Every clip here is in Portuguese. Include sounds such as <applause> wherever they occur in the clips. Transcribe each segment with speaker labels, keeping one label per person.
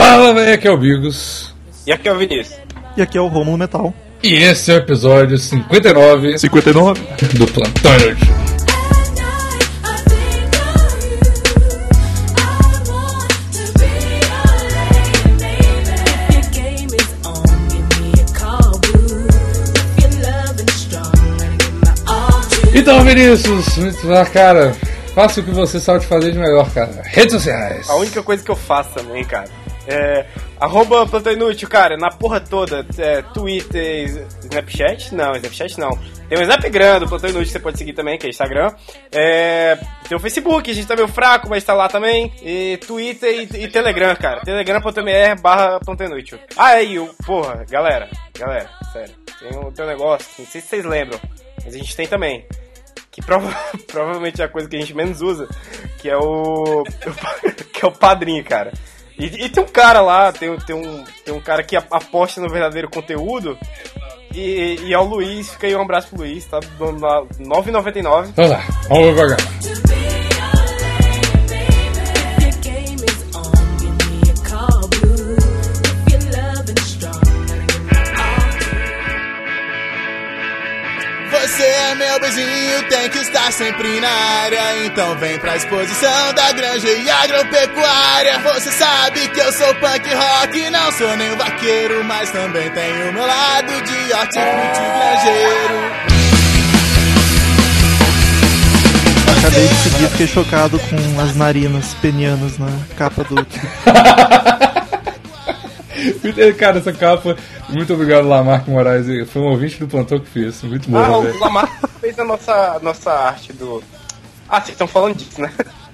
Speaker 1: Salve, aqui é o Bigos.
Speaker 2: E aqui é o Vinícius.
Speaker 3: E aqui é o Rômulo Metal.
Speaker 1: E esse é o episódio 59
Speaker 3: 59.
Speaker 1: do Plantão Nerd. Então, Vinícius, muito ah, cara, faça o que você sabe fazer de melhor, cara. Redes sociais.
Speaker 2: A única coisa que eu faço também, cara. É. Arroba Plantão Inútil, cara, na porra toda. É, Twitter, Snapchat? Não, Snapchat não. Tem o Snapgram do Plantão Inútil, você pode seguir também, que é Instagram. É, tem o Facebook, a gente tá meio fraco, mas tá lá também. E Twitter e, e Telegram, cara. Telegram.me barra Plantão Inútil. Ah, é, e o. Porra, galera, galera, sério. Tem o teu negócio, não sei se vocês lembram, mas a gente tem também. Que prova- <laughs> provavelmente é a coisa que a gente menos usa, que é o. que é o padrinho, cara. E, e tem um cara lá, tem, um- tem, um, tem um cara que a- aposta no verdadeiro conteúdo. E, e é o Luiz, fica aí um abraço pro Luiz, tá? Dono lá, R$ 9,99.
Speaker 1: Então lá, vamos devagar.
Speaker 4: Você é meu beijinho, tem que estar sempre na área. Então vem pra exposição da granja e agropecuária. Você sabe que eu sou punk rock, não sou nem vaqueiro, mas também tenho o meu lado de hortifruti granjeiro.
Speaker 3: Acabei de seguir, fiquei chocado com as narinas penianas na capa do.
Speaker 1: Cara, essa capa, muito obrigado, Lamarck Moraes. Foi um ouvinte do Plantão que fez. Muito bom, né?
Speaker 2: Ah,
Speaker 1: velho.
Speaker 2: o Lamar fez a nossa, nossa arte do. Ah, vocês estão falando disso, né?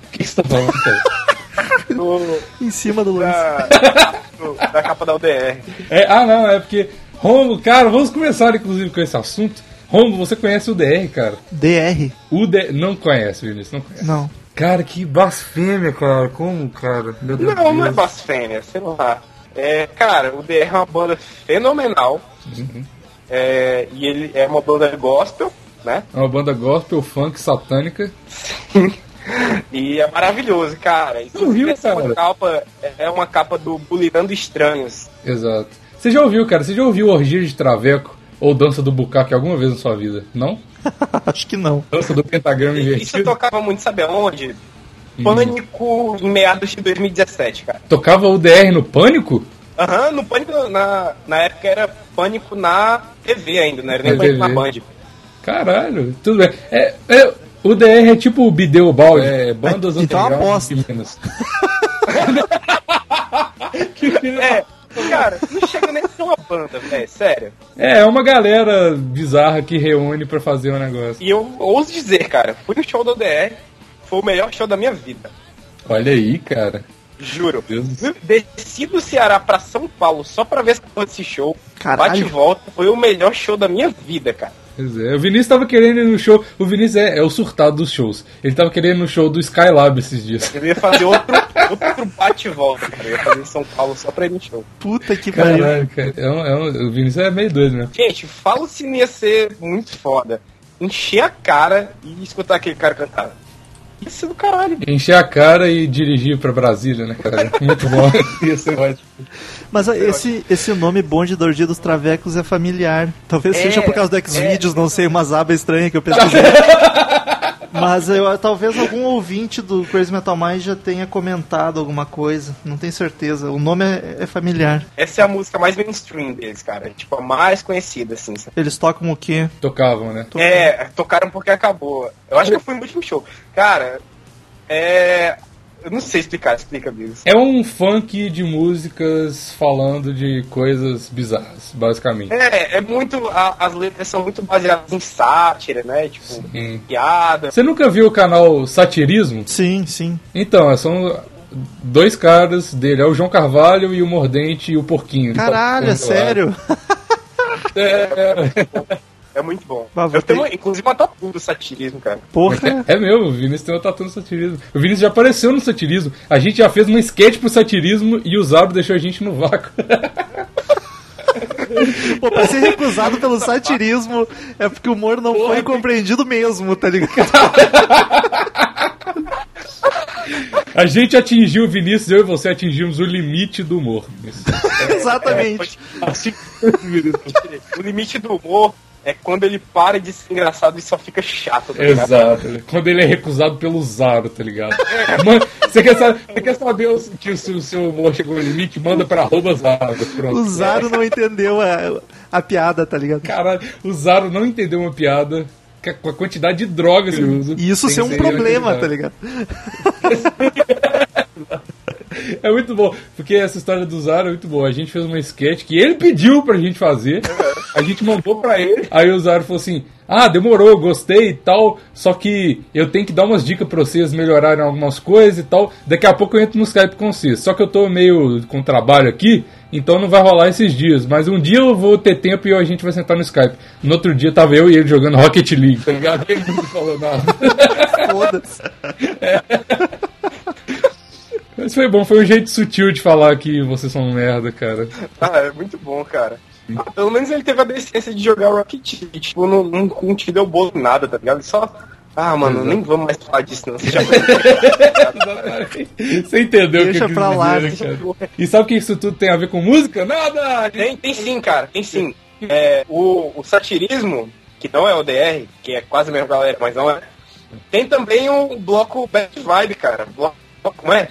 Speaker 1: O que você tá falando, cara?
Speaker 2: Do,
Speaker 3: em cima do lance.
Speaker 2: da, do- da capa da UDR.
Speaker 1: É, ah, não, é porque. Romulo, cara, vamos começar inclusive com esse assunto. Romulo, você conhece o DR, cara?
Speaker 3: DR?
Speaker 1: O DR. Não conhece, Vinícius, não conhece.
Speaker 3: Não. <laughs>
Speaker 1: Cara, que blasfêmia, cara. Como, cara? Meu Deus.
Speaker 2: Não, não é blasfêmia, sei lá. É, cara, o DR é uma banda fenomenal.
Speaker 1: Uhum.
Speaker 2: É, e ele é uma banda gospel, né?
Speaker 1: É uma banda gospel, funk, satânica.
Speaker 2: E é maravilhoso, cara. Inclusive,
Speaker 1: Rio,
Speaker 2: essa é uma
Speaker 1: cara.
Speaker 2: capa é uma capa do Bulinando Estranhos.
Speaker 1: Exato. Você já ouviu, cara? Você já ouviu Orgia de Traveco ou Dança do Bucaque alguma vez na sua vida? Não?
Speaker 3: Acho que não.
Speaker 1: Dança do Pentagrama
Speaker 2: Isso eu
Speaker 1: Invertido?
Speaker 2: tocava muito, sabe aonde?
Speaker 1: Uhum.
Speaker 2: Pânico em meados de 2017, cara.
Speaker 1: Tocava o DR no Pânico?
Speaker 2: Aham, no Pânico, na, na época era Pânico na TV ainda, não era nem
Speaker 1: Na
Speaker 2: Pânico na
Speaker 1: TV.
Speaker 2: Band.
Speaker 1: Caralho, tudo bem. É, é, o DR é tipo o Bideu Balde. É, bandas
Speaker 3: Então é uma
Speaker 1: underground
Speaker 3: bosta.
Speaker 1: e menos.
Speaker 2: É, cara, não chega nem a ser uma banda, velho, sério.
Speaker 1: É, é uma galera bizarra que reúne pra fazer um negócio.
Speaker 2: E eu ouso dizer, cara, fui no show do DR, foi o melhor show da minha vida.
Speaker 1: Olha aí, cara.
Speaker 2: Juro.
Speaker 1: Deus do céu.
Speaker 2: Desci do Ceará pra São Paulo só pra ver essa porra desse show.
Speaker 3: Caralho.
Speaker 2: Bate e volta. Foi o melhor show da minha vida, cara.
Speaker 1: Pois é, O Vinícius tava querendo ir no show. O Vinícius é, é o surtado dos shows. Ele tava querendo ir no show do Skylab esses dias.
Speaker 2: Eu ia fazer outro, <laughs> outro bate e volta, cara. Eu ia fazer em São Paulo só pra ir no show.
Speaker 3: Puta que pariu.
Speaker 1: Caralho, cara. É um, é um- o Vinícius é meio doido mesmo.
Speaker 2: Gente, falo se não ia ser muito foda. Encher a cara e escutar aquele cara cantar. Isso é do caralho.
Speaker 1: Encher a cara e dirigir pra Brasília, né, <laughs> cara? Muito bom. Ia ser ótimo.
Speaker 3: Mas ah, esse, esse nome bonde da orgia dos travecos é familiar. Talvez
Speaker 2: É,
Speaker 3: seja por causa do Xvideos, não sei, umas abas estranhas que eu pesquisei. Mas eu, talvez algum ouvinte do Crazy Metal Mind já tenha comentado alguma coisa. Não tenho certeza. O nome é- é familiar.
Speaker 2: Essa é a música mais mainstream deles, cara. Tipo, a mais conhecida, assim, sabe?
Speaker 3: Eles tocam o quê?
Speaker 1: Tocavam, né?
Speaker 2: É, tocaram porque acabou. Eu acho que eu fui no último show. Cara, é. Eu não sei explicar, explica, Bigos.
Speaker 1: É um funk de músicas falando de coisas bizarras, basicamente.
Speaker 2: É, é muito. a- as letras são muito baseadas em sátira, né? Tipo,
Speaker 1: Hum.
Speaker 2: piada.
Speaker 1: Você nunca viu o canal Satirismo?
Speaker 3: Sim, sim.
Speaker 1: Então, são dois caras dele, é o João Carvalho e o Mordente e o Porquinho.
Speaker 3: Caralho,
Speaker 1: Ele
Speaker 3: é
Speaker 1: tá-
Speaker 3: sério?
Speaker 1: É,
Speaker 2: É muito bom.
Speaker 3: Mas vou
Speaker 2: eu tenho,
Speaker 3: ter-
Speaker 2: inclusive, uma tatu do satirismo, cara.
Speaker 3: Porra.
Speaker 1: é mesmo, o Vinícius tem uma tatu no satirismo. O Vinícius já apareceu no satirismo. A gente já fez uma sketch pro satirismo e o Zabro deixou a gente no vácuo.
Speaker 3: <laughs>
Speaker 1: <laughs>
Speaker 3: Pô, pra ser recusado pelo satirismo é porque o humor não foi <laughs> compreendido mesmo, tá ligado?
Speaker 1: A gente atingiu, Vinícius, eu e você atingimos o limite do
Speaker 3: <laughs>
Speaker 1: humor.
Speaker 3: É, Exatamente.
Speaker 2: Assim, <laughs> o limite do humor é quando ele para de ser engraçado e só fica chato. Tá ligado?
Speaker 1: Exato. né? Quando ele é recusado pelo Zaro, tá ligado? Mano, você quer saber, você quer saber o- que o seu, o seu humor chegou no limite? Manda pra arroba Zaro.
Speaker 3: O
Speaker 1: Pronto.
Speaker 3: Zaro não entendeu a, a piada, tá ligado?
Speaker 1: Caralho, o Zaro não entendeu uma piada que- com a quantidade de drogas que ele usa.
Speaker 3: E isso
Speaker 1: Tem
Speaker 3: ser
Speaker 1: que
Speaker 3: um problema,
Speaker 1: inacreditável.
Speaker 3: tá ligado?
Speaker 1: É muito bom, porque essa história do Zaro é muito boa. A gente fez uma sketch que ele pediu pra gente fazer, a gente mandou pra ele. Aí o Zaro falou assim: Ah, demorou, gostei e tal. Só que eu tenho que dar umas dicas pra vocês melhorarem algumas coisas e tal. Daqui a pouco eu entro no Skype com vocês. Só que eu tô meio com trabalho aqui, então não vai rolar esses dias. Mas um dia eu vou ter tempo e a gente vai sentar no Skype. No outro dia tava eu e ele jogando Rocket League, tá ligado? Ele não falou nada.
Speaker 3: Foda-se.
Speaker 1: Mas foi bom, foi um jeito sutil de falar que vocês são merda, cara.
Speaker 2: Ah, é muito bom, cara. Ah, pelo menos ele teve a decência de jogar Rocket League. Tipo, não, não, não te deu bolo nada, tá ligado? Só. Ah, mano, nem vamos mais falar disso, não. Você já
Speaker 1: Você entendeu o que
Speaker 3: Deixa
Speaker 1: eu quis
Speaker 3: pra lá,
Speaker 1: dizer,
Speaker 3: deixa
Speaker 1: cara. E sabe o que isso tudo tem a ver com música? Nada!
Speaker 2: <laughs> Tem, tem sim, cara, tem sim. É, o, o satirismo, que não é o DR, que é quase a mesma galera, mas não é. Tem também o bloco Bad Vibe, cara. Bloco, como é?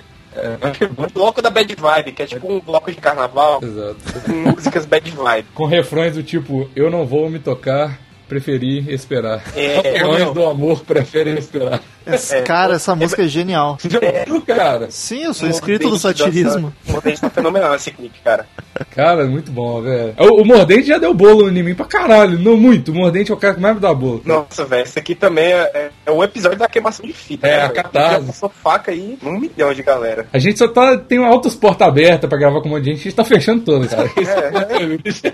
Speaker 2: O <laughs> bloco da Bad Vibe, que é tipo um bloco de carnaval
Speaker 1: Exato.
Speaker 2: com músicas Bad Vibe.
Speaker 1: Com refrões do tipo, eu não vou me tocar, preferi esperar.
Speaker 2: É,
Speaker 1: <laughs> Refrões
Speaker 2: eu-
Speaker 1: do amor, preferem
Speaker 2: <laughs>
Speaker 1: esperar.
Speaker 3: Essa- Cara, essa música é genial.
Speaker 1: Já viu, cara?
Speaker 3: Sim, eu sou inscrito no satirismo.
Speaker 2: O Mordente tá fenomenal esse clipe, cara.
Speaker 1: Cara, é muito bom, velho. O, o Mordente já deu bolo em mim pra caralho. Não muito. O Mordente é o cara que mais me dá bolo.
Speaker 2: Nossa, velho, isso aqui também é, é, é o episódio da queimação de fita.
Speaker 1: É,
Speaker 2: né,
Speaker 1: a
Speaker 2: velho?
Speaker 1: catarse.
Speaker 2: Já passou faca aí, um milhão de galera.
Speaker 1: A gente só tá, tem altas portas abertas pra gravar com um monte de gente, a gente tá fechando todas,
Speaker 2: <laughs>
Speaker 1: cara. Isso é maravilhoso.
Speaker 2: né?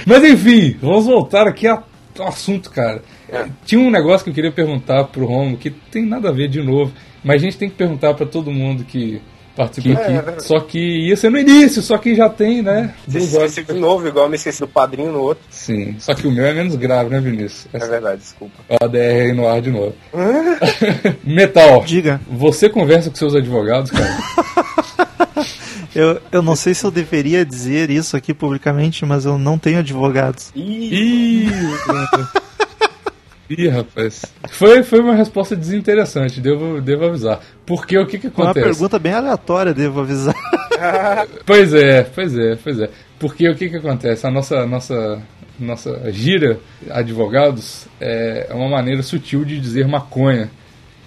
Speaker 1: <laughs> Mas enfim, vamos voltar aqui a- ao assunto, cara.
Speaker 2: É.
Speaker 1: Tinha um negócio que eu queria perguntar pro Romo, que tem nada a ver de novo, mas a gente tem que perguntar pra todo mundo que participa aqui.
Speaker 2: é verdade.
Speaker 1: só que ia ser no início, só que já tem, né?
Speaker 2: Você
Speaker 1: duas
Speaker 2: se
Speaker 1: horas.
Speaker 2: esqueceu de novo, igual eu me esqueci do padrinho no outro.
Speaker 1: Sim, só que o meu é menos grave, né, Vinícius?
Speaker 2: É
Speaker 1: Essa
Speaker 2: verdade, desculpa.
Speaker 1: é a DR aí no ar de
Speaker 2: <laughs>
Speaker 1: novo. <laughs> Metal,
Speaker 3: Diga.
Speaker 1: você conversa com seus advogados, cara?
Speaker 3: Eu, eu não sei se eu deveria dizer isso aqui publicamente, mas eu não tenho advogados.
Speaker 2: Ih,
Speaker 1: Ih, pronto. Ih, rapaz. Foi, foi uma resposta desinteressante, devo, devo avisar. Porque o que que
Speaker 3: Foi uma
Speaker 1: acontece?
Speaker 3: pergunta bem aleatória, devo avisar.
Speaker 1: Pois é, pois é, pois é. Porque o que que acontece? A nossa, nossa, nossa gira, advogados, é uma maneira sutil de dizer maconha.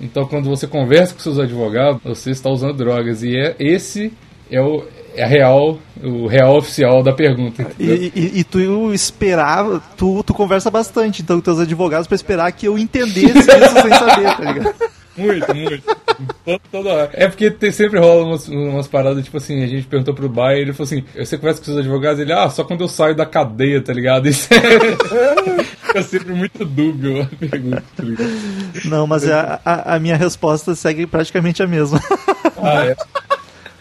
Speaker 1: Então, quando você conversa com seus advogados, você está usando drogas. E é, esse é o é a real, o real oficial da pergunta. entendeu?
Speaker 3: E, e- e tu esperava, tu, tu conversa bastante, então, com teus advogados pra esperar que eu entendesse isso sem saber, tá ligado?
Speaker 1: Muito, muito. Todo- Toda hora. É porque tem, sempre rola umas, umas paradas, tipo assim, a gente perguntou pro Bayer, ele falou assim, você conversa com seus advogados? Ele, ah, só quando eu saio da cadeia, tá ligado? <laughs> Isso é... Fica sempre muito dúbio a pergunta, tá ligado?
Speaker 3: Não, mas a, a, a minha resposta segue praticamente a mesma.
Speaker 1: Ah, é.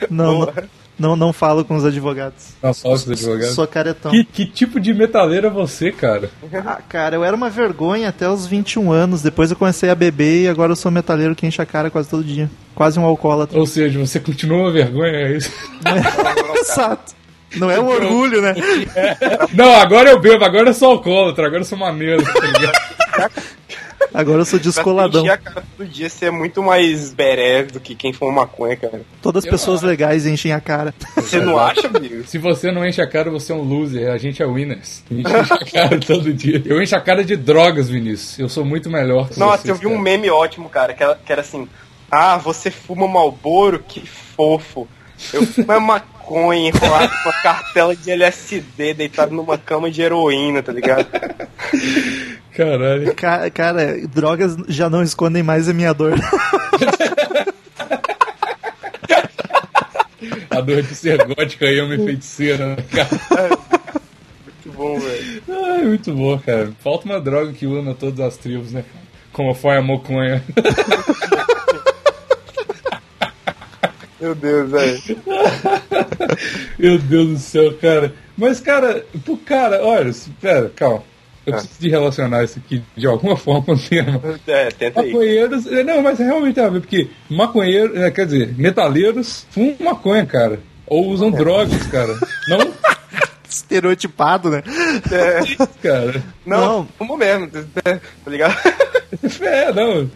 Speaker 3: Não, não, não, não falo com os advogados.
Speaker 1: Não, só os advogados.
Speaker 3: Sou caretão.
Speaker 1: Que, que tipo de metaleiro é você, cara?
Speaker 3: Ah, cara, eu era uma vergonha até os 21 anos. Depois eu comecei a beber e agora eu sou metaleiro que enche a cara quase todo dia. Quase um alcoólatra.
Speaker 1: Ou seja, você continua uma vergonha, é isso? <laughs>
Speaker 3: Exato. Não é um orgulho, né?
Speaker 1: Não, agora eu bebo, agora eu sou alcoólatra, agora eu sou maneiro, tá ligado?
Speaker 3: Agora eu sou
Speaker 2: Pra
Speaker 3: descoladão.
Speaker 2: sentir a cara todo dia, você é muito mais beré do que quem fuma maconha, cara.
Speaker 3: Todas as pessoas legais enchem a cara.
Speaker 2: Você não acha, Bill?
Speaker 1: Se você não enche a cara, você é um loser. A gente é winners. A gente enche a cara todo dia. Eu encho a cara de drogas, Vinícius. Eu sou muito melhor que
Speaker 2: Nossa,
Speaker 1: vocês,
Speaker 2: eu vi um
Speaker 1: cara.
Speaker 2: meme ótimo, cara, que era, que era assim: Ah, você fuma malboro? Que fofo. Eu fumo é maconha enrolado com uma cartela de LSD deitado numa cama de heroína, tá ligado?
Speaker 1: Caralho.
Speaker 3: Ca- Cara, drogas já não escondem mais a minha dor. <laughs>
Speaker 1: A dor de ser gótica e homem feiticeira, né, cara?
Speaker 2: Muito bom, velho.
Speaker 1: Ai, muito bom, cara. Falta uma droga que una todas as tribos, né? cara? Como foi a moconha.
Speaker 2: Meu Deus, velho.
Speaker 1: Meu Deus do céu, cara. Mas, cara, pô, cara, olha, se- pera, calma. Eu
Speaker 2: Ah.
Speaker 1: preciso de relacionar isso aqui de alguma forma <laughs> né, com o tema.
Speaker 2: É, tenta aí.
Speaker 1: Maconheiros. é, Não, mas realmente tem a ver, porque maconheiros, é, quer dizer, metaleiros fumam maconha, cara. Ou
Speaker 2: É.
Speaker 1: usam drogas, cara. Não,
Speaker 2: <laughs>
Speaker 3: Estereotipado, né?
Speaker 1: cara.
Speaker 2: Não,
Speaker 3: Não.
Speaker 2: fumo mesmo, tá ligado?
Speaker 1: É, não.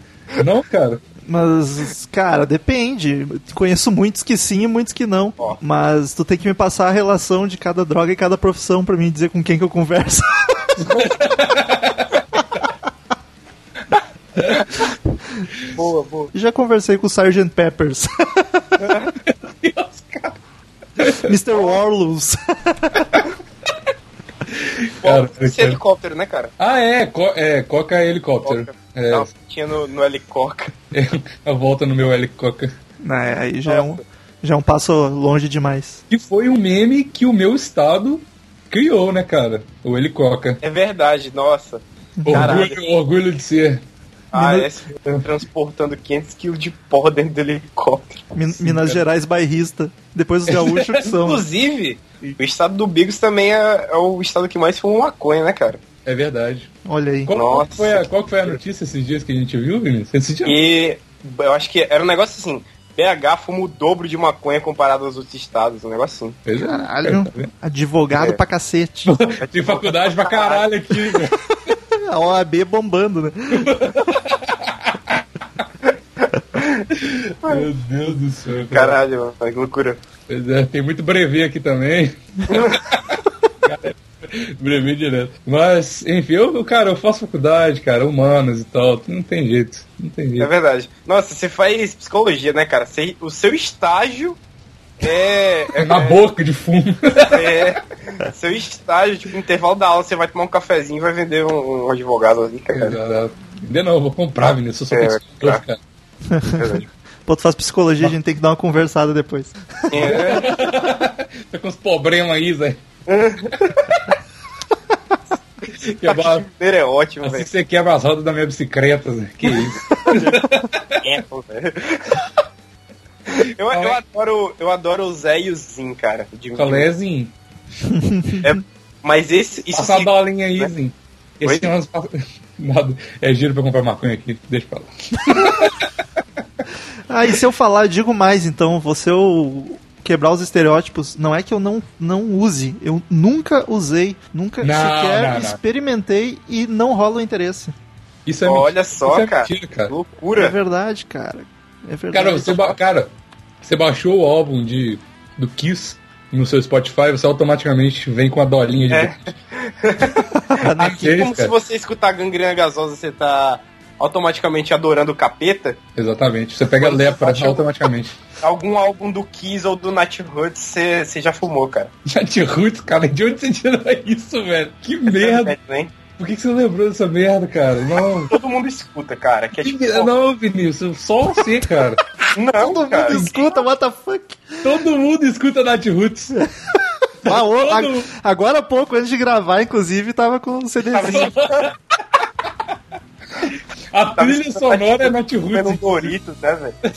Speaker 1: Não, cara.
Speaker 3: Mas, cara, depende. Conheço muitos que sim e muitos que não.
Speaker 2: Ó.
Speaker 3: Mas tu tem que me passar a relação de cada droga e cada profissão pra mim dizer com quem que eu converso.
Speaker 2: <laughs>
Speaker 3: <laughs>
Speaker 2: Boa, boa.
Speaker 3: Já conversei com o Sgt. Peppers, <laughs>
Speaker 1: Deus, cara.
Speaker 3: Mr. Orlus. <laughs>
Speaker 1: Cara,
Speaker 2: Esse
Speaker 1: cara.
Speaker 2: helicóptero, né, cara?
Speaker 1: Ah, é, co- é coca helicóptero. É,
Speaker 2: Dá uma fitinha no, no helicoca.
Speaker 1: é, a volta no meu helicoca.
Speaker 3: Né, aí já é, um, já é um passo longe demais.
Speaker 1: Que foi um meme que o meu estado criou, né, cara? O helicoca.
Speaker 2: É verdade, nossa. Caralho.
Speaker 1: Orgulho, orgulho de ser.
Speaker 2: Ah,
Speaker 3: Minu-
Speaker 2: esse transportando 500 kg de pó dentro
Speaker 1: <laughs>
Speaker 2: do helicóptero.
Speaker 3: Min- Minas Gerais bairrista. Depois os gaúchos que
Speaker 2: <laughs>
Speaker 3: são.
Speaker 2: Inclusive, o estado do Bigos também é, é o estado que mais fuma maconha, né, cara?
Speaker 1: É verdade.
Speaker 3: Olha aí.
Speaker 1: Qual,
Speaker 2: Nossa.
Speaker 1: qual foi a, qual foi a notícia esses dias que a gente viu, Vinícius? Esse dia?
Speaker 2: E eu acho que era um negócio assim: BH fuma o dobro de maconha comparado aos outros estados, um negócio assim.
Speaker 1: Pois é,
Speaker 3: Caralho.
Speaker 1: cara, tá vendo?
Speaker 3: Advogado pra cacete.
Speaker 1: Tem É faculdade pra caralho aqui, cara.
Speaker 3: A OAB bombando, né?
Speaker 1: Meu Deus do céu. Cara.
Speaker 2: Caralho, mano, que loucura.
Speaker 1: Pois é, tem muito brevê aqui também. Cara, brevê direto. Mas, enfim, eu, cara, eu faço faculdade, cara, humanas e tal. Não tem jeito. Não tem
Speaker 2: É
Speaker 1: jeito.
Speaker 2: verdade. Nossa, você faz psicologia, né, cara? Você- o seu estágio é. é-
Speaker 1: Na boca de fumo. <laughs>
Speaker 2: é- seu estágio, tipo, no intervalo da aula, você vai tomar um cafezinho e vai vender um, um advogado ali, cara.
Speaker 1: Exato. Ainda não, eu vou comprar, Vinícius. Eu sou
Speaker 2: É,
Speaker 1: consumidor, cara. Uhum.
Speaker 3: Pô, tu faz psicologia, a gente tem que dar uma conversada depois.
Speaker 2: É,
Speaker 1: Tá com os problemas aí, Zé. <laughs> Quebrar,
Speaker 2: mineiro é ótimo,
Speaker 1: assim
Speaker 2: velho.
Speaker 1: que você quebra as rodas da minha bicicleta, Zé. Que isso.
Speaker 2: É, pô, velho. Eu, eu adoro, eu adoro o Zé e o Zin, cara. de mim.
Speaker 1: Colézinho.
Speaker 2: Mas esse. Isso
Speaker 1: Passa a
Speaker 2: se-
Speaker 1: bolinha aí, Zin. Esse
Speaker 2: Assim, né? Oi?
Speaker 1: tem umas... <laughs> Nada. É giro pra comprar maconha aqui. Deixa pra lá.
Speaker 3: Ah, e se eu falar, eu digo mais, então, você eu quebrar os estereótipos, não é que eu não, não use, eu nunca usei, nunca
Speaker 1: Não,
Speaker 3: sequer
Speaker 1: não, não.
Speaker 3: experimentei e não rola o interesse.
Speaker 1: Isso é
Speaker 2: Olha
Speaker 1: mentira.
Speaker 2: só,
Speaker 1: Isso é
Speaker 2: cara.
Speaker 1: mentira, cara.
Speaker 3: É
Speaker 2: Loucura.
Speaker 3: verdade, cara. É verdade.
Speaker 1: Cara, você, ba- cara, você baixou o álbum de, do Kiss no seu Spotify, você automaticamente vem com a dolinha de...
Speaker 2: É. Aqui,
Speaker 1: Aqueles,
Speaker 2: como se
Speaker 1: cara.
Speaker 2: você escutar gangrena gasosa, você tá automaticamente adorando o capeta.
Speaker 1: Exatamente. Você pega a lepra
Speaker 2: Baixou.
Speaker 1: automaticamente. <laughs>
Speaker 2: Algum álbum do Kiss ou do Nat Hurts você você já fumou, cara.
Speaker 1: Já te Roots, cara, de onde você tirou isso, velho? Que merda!
Speaker 2: Né?
Speaker 1: Por que, que você lembrou dessa merda, cara? Não,
Speaker 2: Todo mundo escuta, cara. Que é
Speaker 1: que
Speaker 2: tipo,
Speaker 1: merda. não Vinícius, só você, cara.
Speaker 2: não,
Speaker 3: Todo
Speaker 2: cara.
Speaker 3: mundo escuta, what the fuck?
Speaker 1: Todo mundo escuta Nath Roots.
Speaker 3: Ah, ô,
Speaker 1: <laughs>
Speaker 3: a-
Speaker 1: Todo-
Speaker 3: agora há pouco, antes de gravar, inclusive, tava com um o CDzinho.
Speaker 1: A trilha sonora é Nath
Speaker 2: Comendo um
Speaker 1: Roots.
Speaker 2: Doritos, né, velho?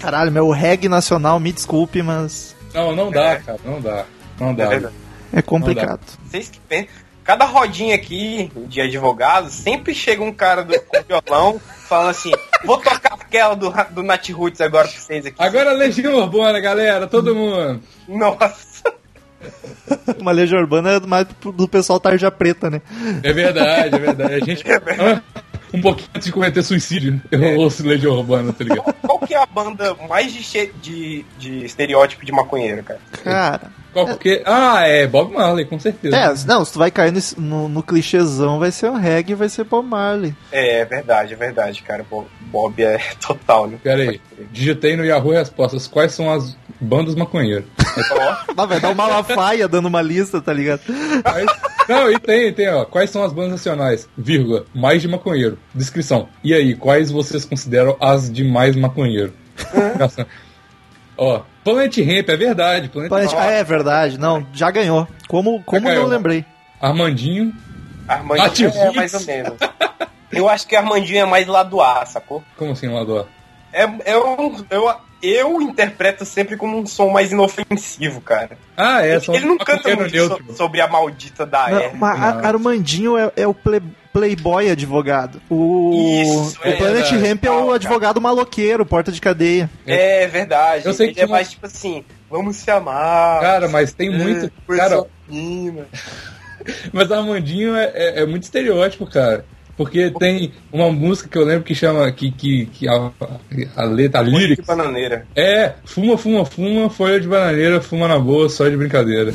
Speaker 3: Caralho, meu reggae nacional, me desculpe, mas
Speaker 1: Não, não dá, cara, não dá. Não dá.
Speaker 2: É verdade.
Speaker 3: é complicado.
Speaker 2: Vocês que pensam. Cada rodinha aqui de advogado, sempre chega um cara do com violão falando assim: vou tocar aquela do, do Nat Roots agora pra vocês aqui.
Speaker 1: Agora Legião Urbana, galera, todo mundo.
Speaker 2: Nossa.
Speaker 3: Uma legião urbana é mais pro- do pessoal tarja
Speaker 1: <laughs>
Speaker 3: preta, né?
Speaker 1: É verdade, é verdade. A gente. Um pouquinho antes de cometer suicídio, eu ouço Legião Urbana, tá ligado?
Speaker 2: Qual que é a banda mais de, che- de, de estereótipo de maconheiro, cara?
Speaker 3: Cara.
Speaker 1: Qual que... Ah, é Bob Marley, com certeza.
Speaker 3: É, não, se tu vai cair no, no, no clichêzão, vai ser um reggae, vai ser Bob Marley.
Speaker 2: É, é verdade, é verdade, cara. Bo- Bob é <laughs> total, né?
Speaker 1: Pera aí, digitei no Yahoo respostas. Quais são as bandas maconheiras?
Speaker 2: Ó,
Speaker 3: Mas vai dar é uma lafaia dando uma lista, tá ligado?
Speaker 1: Aí- Não, e tem, tem, ó. Quais são as bandas nacionais? Vírgula, mais de maconheiro. Descrição. E aí, quais vocês consideram as de mais maconheiro? Nossa. ó, Planet Ramp, é verdade. Planet
Speaker 3: Planet- Ah, é verdade, não, já ganhou. Como, como
Speaker 1: ganhou.
Speaker 3: eu lembrei.
Speaker 1: Armandinho.
Speaker 2: Armandinho
Speaker 1: Nat
Speaker 2: é
Speaker 1: Roots.
Speaker 2: mais ou menos. Eu acho que Armandinho é mais lá do A, sacou?
Speaker 1: Como assim, Lado?
Speaker 2: É, é um. Eu, eu interpreto sempre como um som mais inofensivo, cara.
Speaker 1: Ah, é, só
Speaker 2: Ele não
Speaker 1: só
Speaker 2: canta
Speaker 1: qualquer
Speaker 2: muito
Speaker 1: neutro.
Speaker 2: so- sobre a maldita da
Speaker 3: Não,
Speaker 2: Erra.
Speaker 3: mas a-
Speaker 1: Não.
Speaker 3: Armandinho é, é o ple- playboy advogado. O,
Speaker 2: Isso,
Speaker 3: o
Speaker 2: é
Speaker 3: Planet
Speaker 1: verdade.
Speaker 3: Ramp é o
Speaker 2: Cara.
Speaker 3: advogado maloqueiro, porta de cadeia.
Speaker 2: É verdade.
Speaker 1: Eu sei
Speaker 2: ele
Speaker 1: que
Speaker 2: é
Speaker 1: tinha-
Speaker 2: mais tipo assim, vamos se amar.
Speaker 1: Cara, mas tem
Speaker 2: É,
Speaker 1: muito.
Speaker 2: coisa
Speaker 1: Cara,
Speaker 2: fina.
Speaker 1: mas Armandinho é, é- é muito estereótipo, cara. Porque tem uma música que eu lembro que chama. Que, que, que a, a letra, a
Speaker 2: Folha
Speaker 1: lírica.
Speaker 2: de bananeira.
Speaker 1: É, fuma, fuma, fuma, folha de bananeira, fuma na boa, só de brincadeira.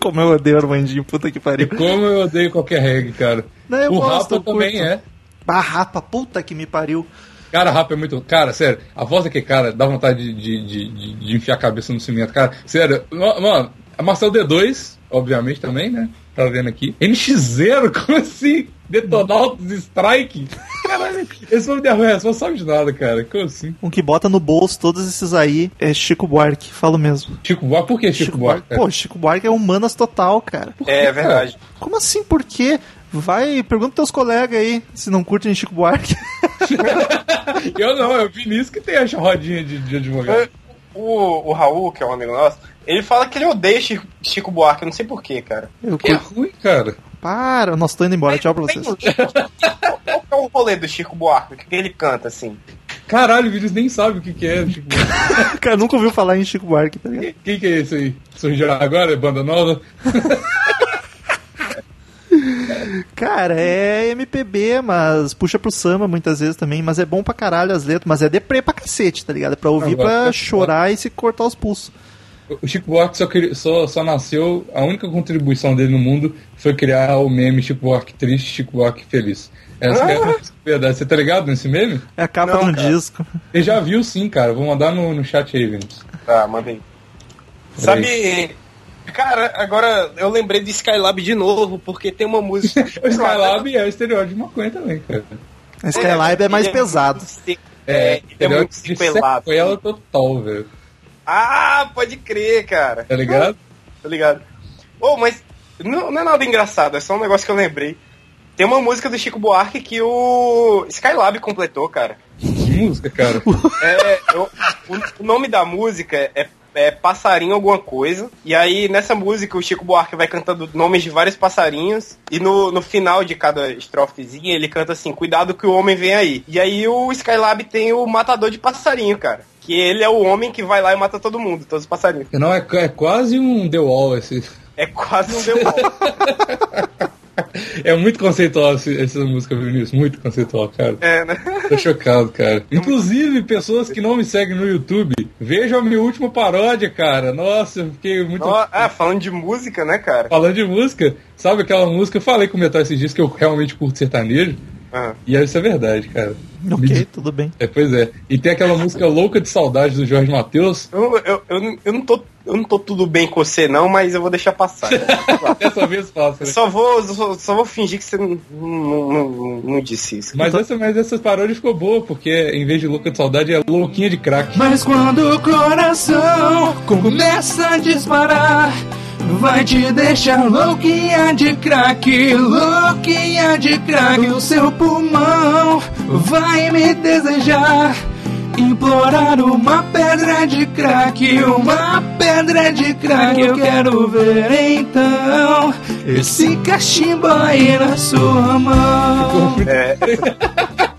Speaker 3: Como eu odeio Armandinho, puta que
Speaker 1: E
Speaker 3: pariu.
Speaker 1: como eu odeio qualquer reggae, cara.
Speaker 3: Não, eu
Speaker 1: o
Speaker 3: gosto,
Speaker 1: Rapa
Speaker 3: eu curto.
Speaker 1: também é.
Speaker 3: Ah, rapa, puta que me pariu.
Speaker 1: Cara, Rapa é muito. Cara, sério, a voz daquele cara dá vontade de, de, de- de- de enfiar a cabeça no cimento, cara. Sério, ma- mano, a Marcel D2, obviamente também, né? Tá vendo aqui. NX0, <laughs> como assim? Detonautas Strike? Caralho, esse nome de arroz resposta sabe de nada, cara. Como assim?
Speaker 3: Um que bota no bolso todos esses aí é Chico Buarque, falo mesmo.
Speaker 1: Chico Buarque, por que Chico, Buarque? cara?
Speaker 3: Pô, Chico Buarque é humanas total, cara.
Speaker 2: É verdade.
Speaker 3: Como assim, por quê? Vai, pergunta pros teus colegas aí se não curtem Chico Buarque.
Speaker 1: Eu não, é o Vinícius que tem essa rodinha de, de
Speaker 3: É.
Speaker 1: advogado.
Speaker 2: O, o Raul, que é um amigo nosso, ele fala que ele odeia Chico, Chico Buarque, eu não sei porquê, cara.
Speaker 3: Eu
Speaker 1: Que é
Speaker 3: curto.
Speaker 1: ruim, cara.
Speaker 3: <laughs> Para, nós tô indo embora, tchau pra
Speaker 2: Tem
Speaker 3: vocês.
Speaker 2: um- Qual que é o rolê do Chico Buarque? O que ele canta, assim?
Speaker 1: Caralho, o Vinícius nem sabe o que, que é. Chico Buarque.
Speaker 3: <laughs> Cara, nunca ouviu falar em Chico Buarque, tá ligado?
Speaker 1: <laughs> Quem que é esse aí? Surgiu agora? é Banda nova?
Speaker 3: Cara, é MPB, mas puxa pro samba muitas vezes também, mas é bom pra caralho as letras, mas é deprê pra cacete, tá ligado? É Pra ouvir,
Speaker 1: Eu gosto
Speaker 3: pra
Speaker 1: desse
Speaker 3: chorar e se cortar os pulsos.
Speaker 1: O Chico Buarque só, cri- só, só nasceu. A única contribuição dele no mundo foi criar o meme Chico Buarque triste, Chico Buarque feliz. Essa que
Speaker 2: Ah!
Speaker 1: é a verdade. Você tá ligado nesse meme?
Speaker 3: É a capa
Speaker 2: Não,
Speaker 3: de um
Speaker 2: cara.
Speaker 3: disco.
Speaker 1: Você já viu sim, cara. Vou mandar no, no chat aí, Vinícius.
Speaker 2: Tá, manda aí. Sabe, cara, agora eu lembrei de Skylab de novo, porque tem uma música. <laughs>
Speaker 1: O Skylab é o estereótipo de maconha também, cara.
Speaker 3: A Skylab é mais
Speaker 2: Ele
Speaker 3: pesado.
Speaker 2: muito seco,
Speaker 1: É,
Speaker 2: É, ele é muito
Speaker 1: de
Speaker 2: sequelado.
Speaker 1: sequela total, velho.
Speaker 2: Ah, pode crer, cara.
Speaker 1: Tá ligado?
Speaker 2: Tá ligado? Ô, mas não, não é nada engraçado, é só um negócio que eu lembrei. Tem uma música do Chico Buarque que o Skylab completou, cara.
Speaker 1: Que música,
Speaker 2: <laughs>
Speaker 1: cara.
Speaker 2: É, eu- o, o nome da música é, é Passarinho Alguma Coisa. E aí, nessa música, o Chico Buarque vai cantando nomes de vários passarinhos. E no, no final de cada estrofezinha, ele canta assim: Cuidado que o homem vem aí. E aí, o Skylab tem o matador de passarinho, cara. Que ele é o homem que vai lá e mata todo mundo, todos os passarinhos.
Speaker 1: Não, é, é quase um The Wall esse.
Speaker 2: É quase um <laughs> demônio.
Speaker 1: É muito conceitual esse- essa música, Vinícius. Muito conceitual, cara.
Speaker 2: é, né?
Speaker 1: Tô chocado, cara. Inclusive, pessoas que não me seguem no YouTube, vejam a minha última paródia, cara. Nossa, eu fiquei muito.
Speaker 2: Ó, ah, falando de música, né, cara?
Speaker 1: Falando de música, sabe aquela música? Eu falei com o Metal esses dias que eu realmente curto sertanejo.
Speaker 2: Ah.
Speaker 1: E isso é verdade, cara. Me
Speaker 3: Ok,
Speaker 1: des-
Speaker 3: tudo bem.
Speaker 1: É, pois é. E tem aquela música Louca de Saudade do Jorge Matheus.
Speaker 2: Eu, eu, eu, não- eu, não tô, eu não tô tudo bem com você, não, mas eu vou deixar passar.
Speaker 1: Dessa vez faço,
Speaker 2: Eu <laughs>
Speaker 1: né?
Speaker 2: Só vou, só, só vou fingir que você não, não, não- não- não disse isso.
Speaker 1: Mas, essa, mas essa paródia ficou boa, porque em vez de Louca de Saudade é Louquinha de Crack.
Speaker 5: Mas quando o coração começa a disparar, vai te deixar louquinha de craque, louquinha de craque. O seu pulmão vai me desejar. Implorar uma pedra de craque, uma pedra de craque. Eu quero ver então esse cachimbo aí na sua mão.
Speaker 2: É.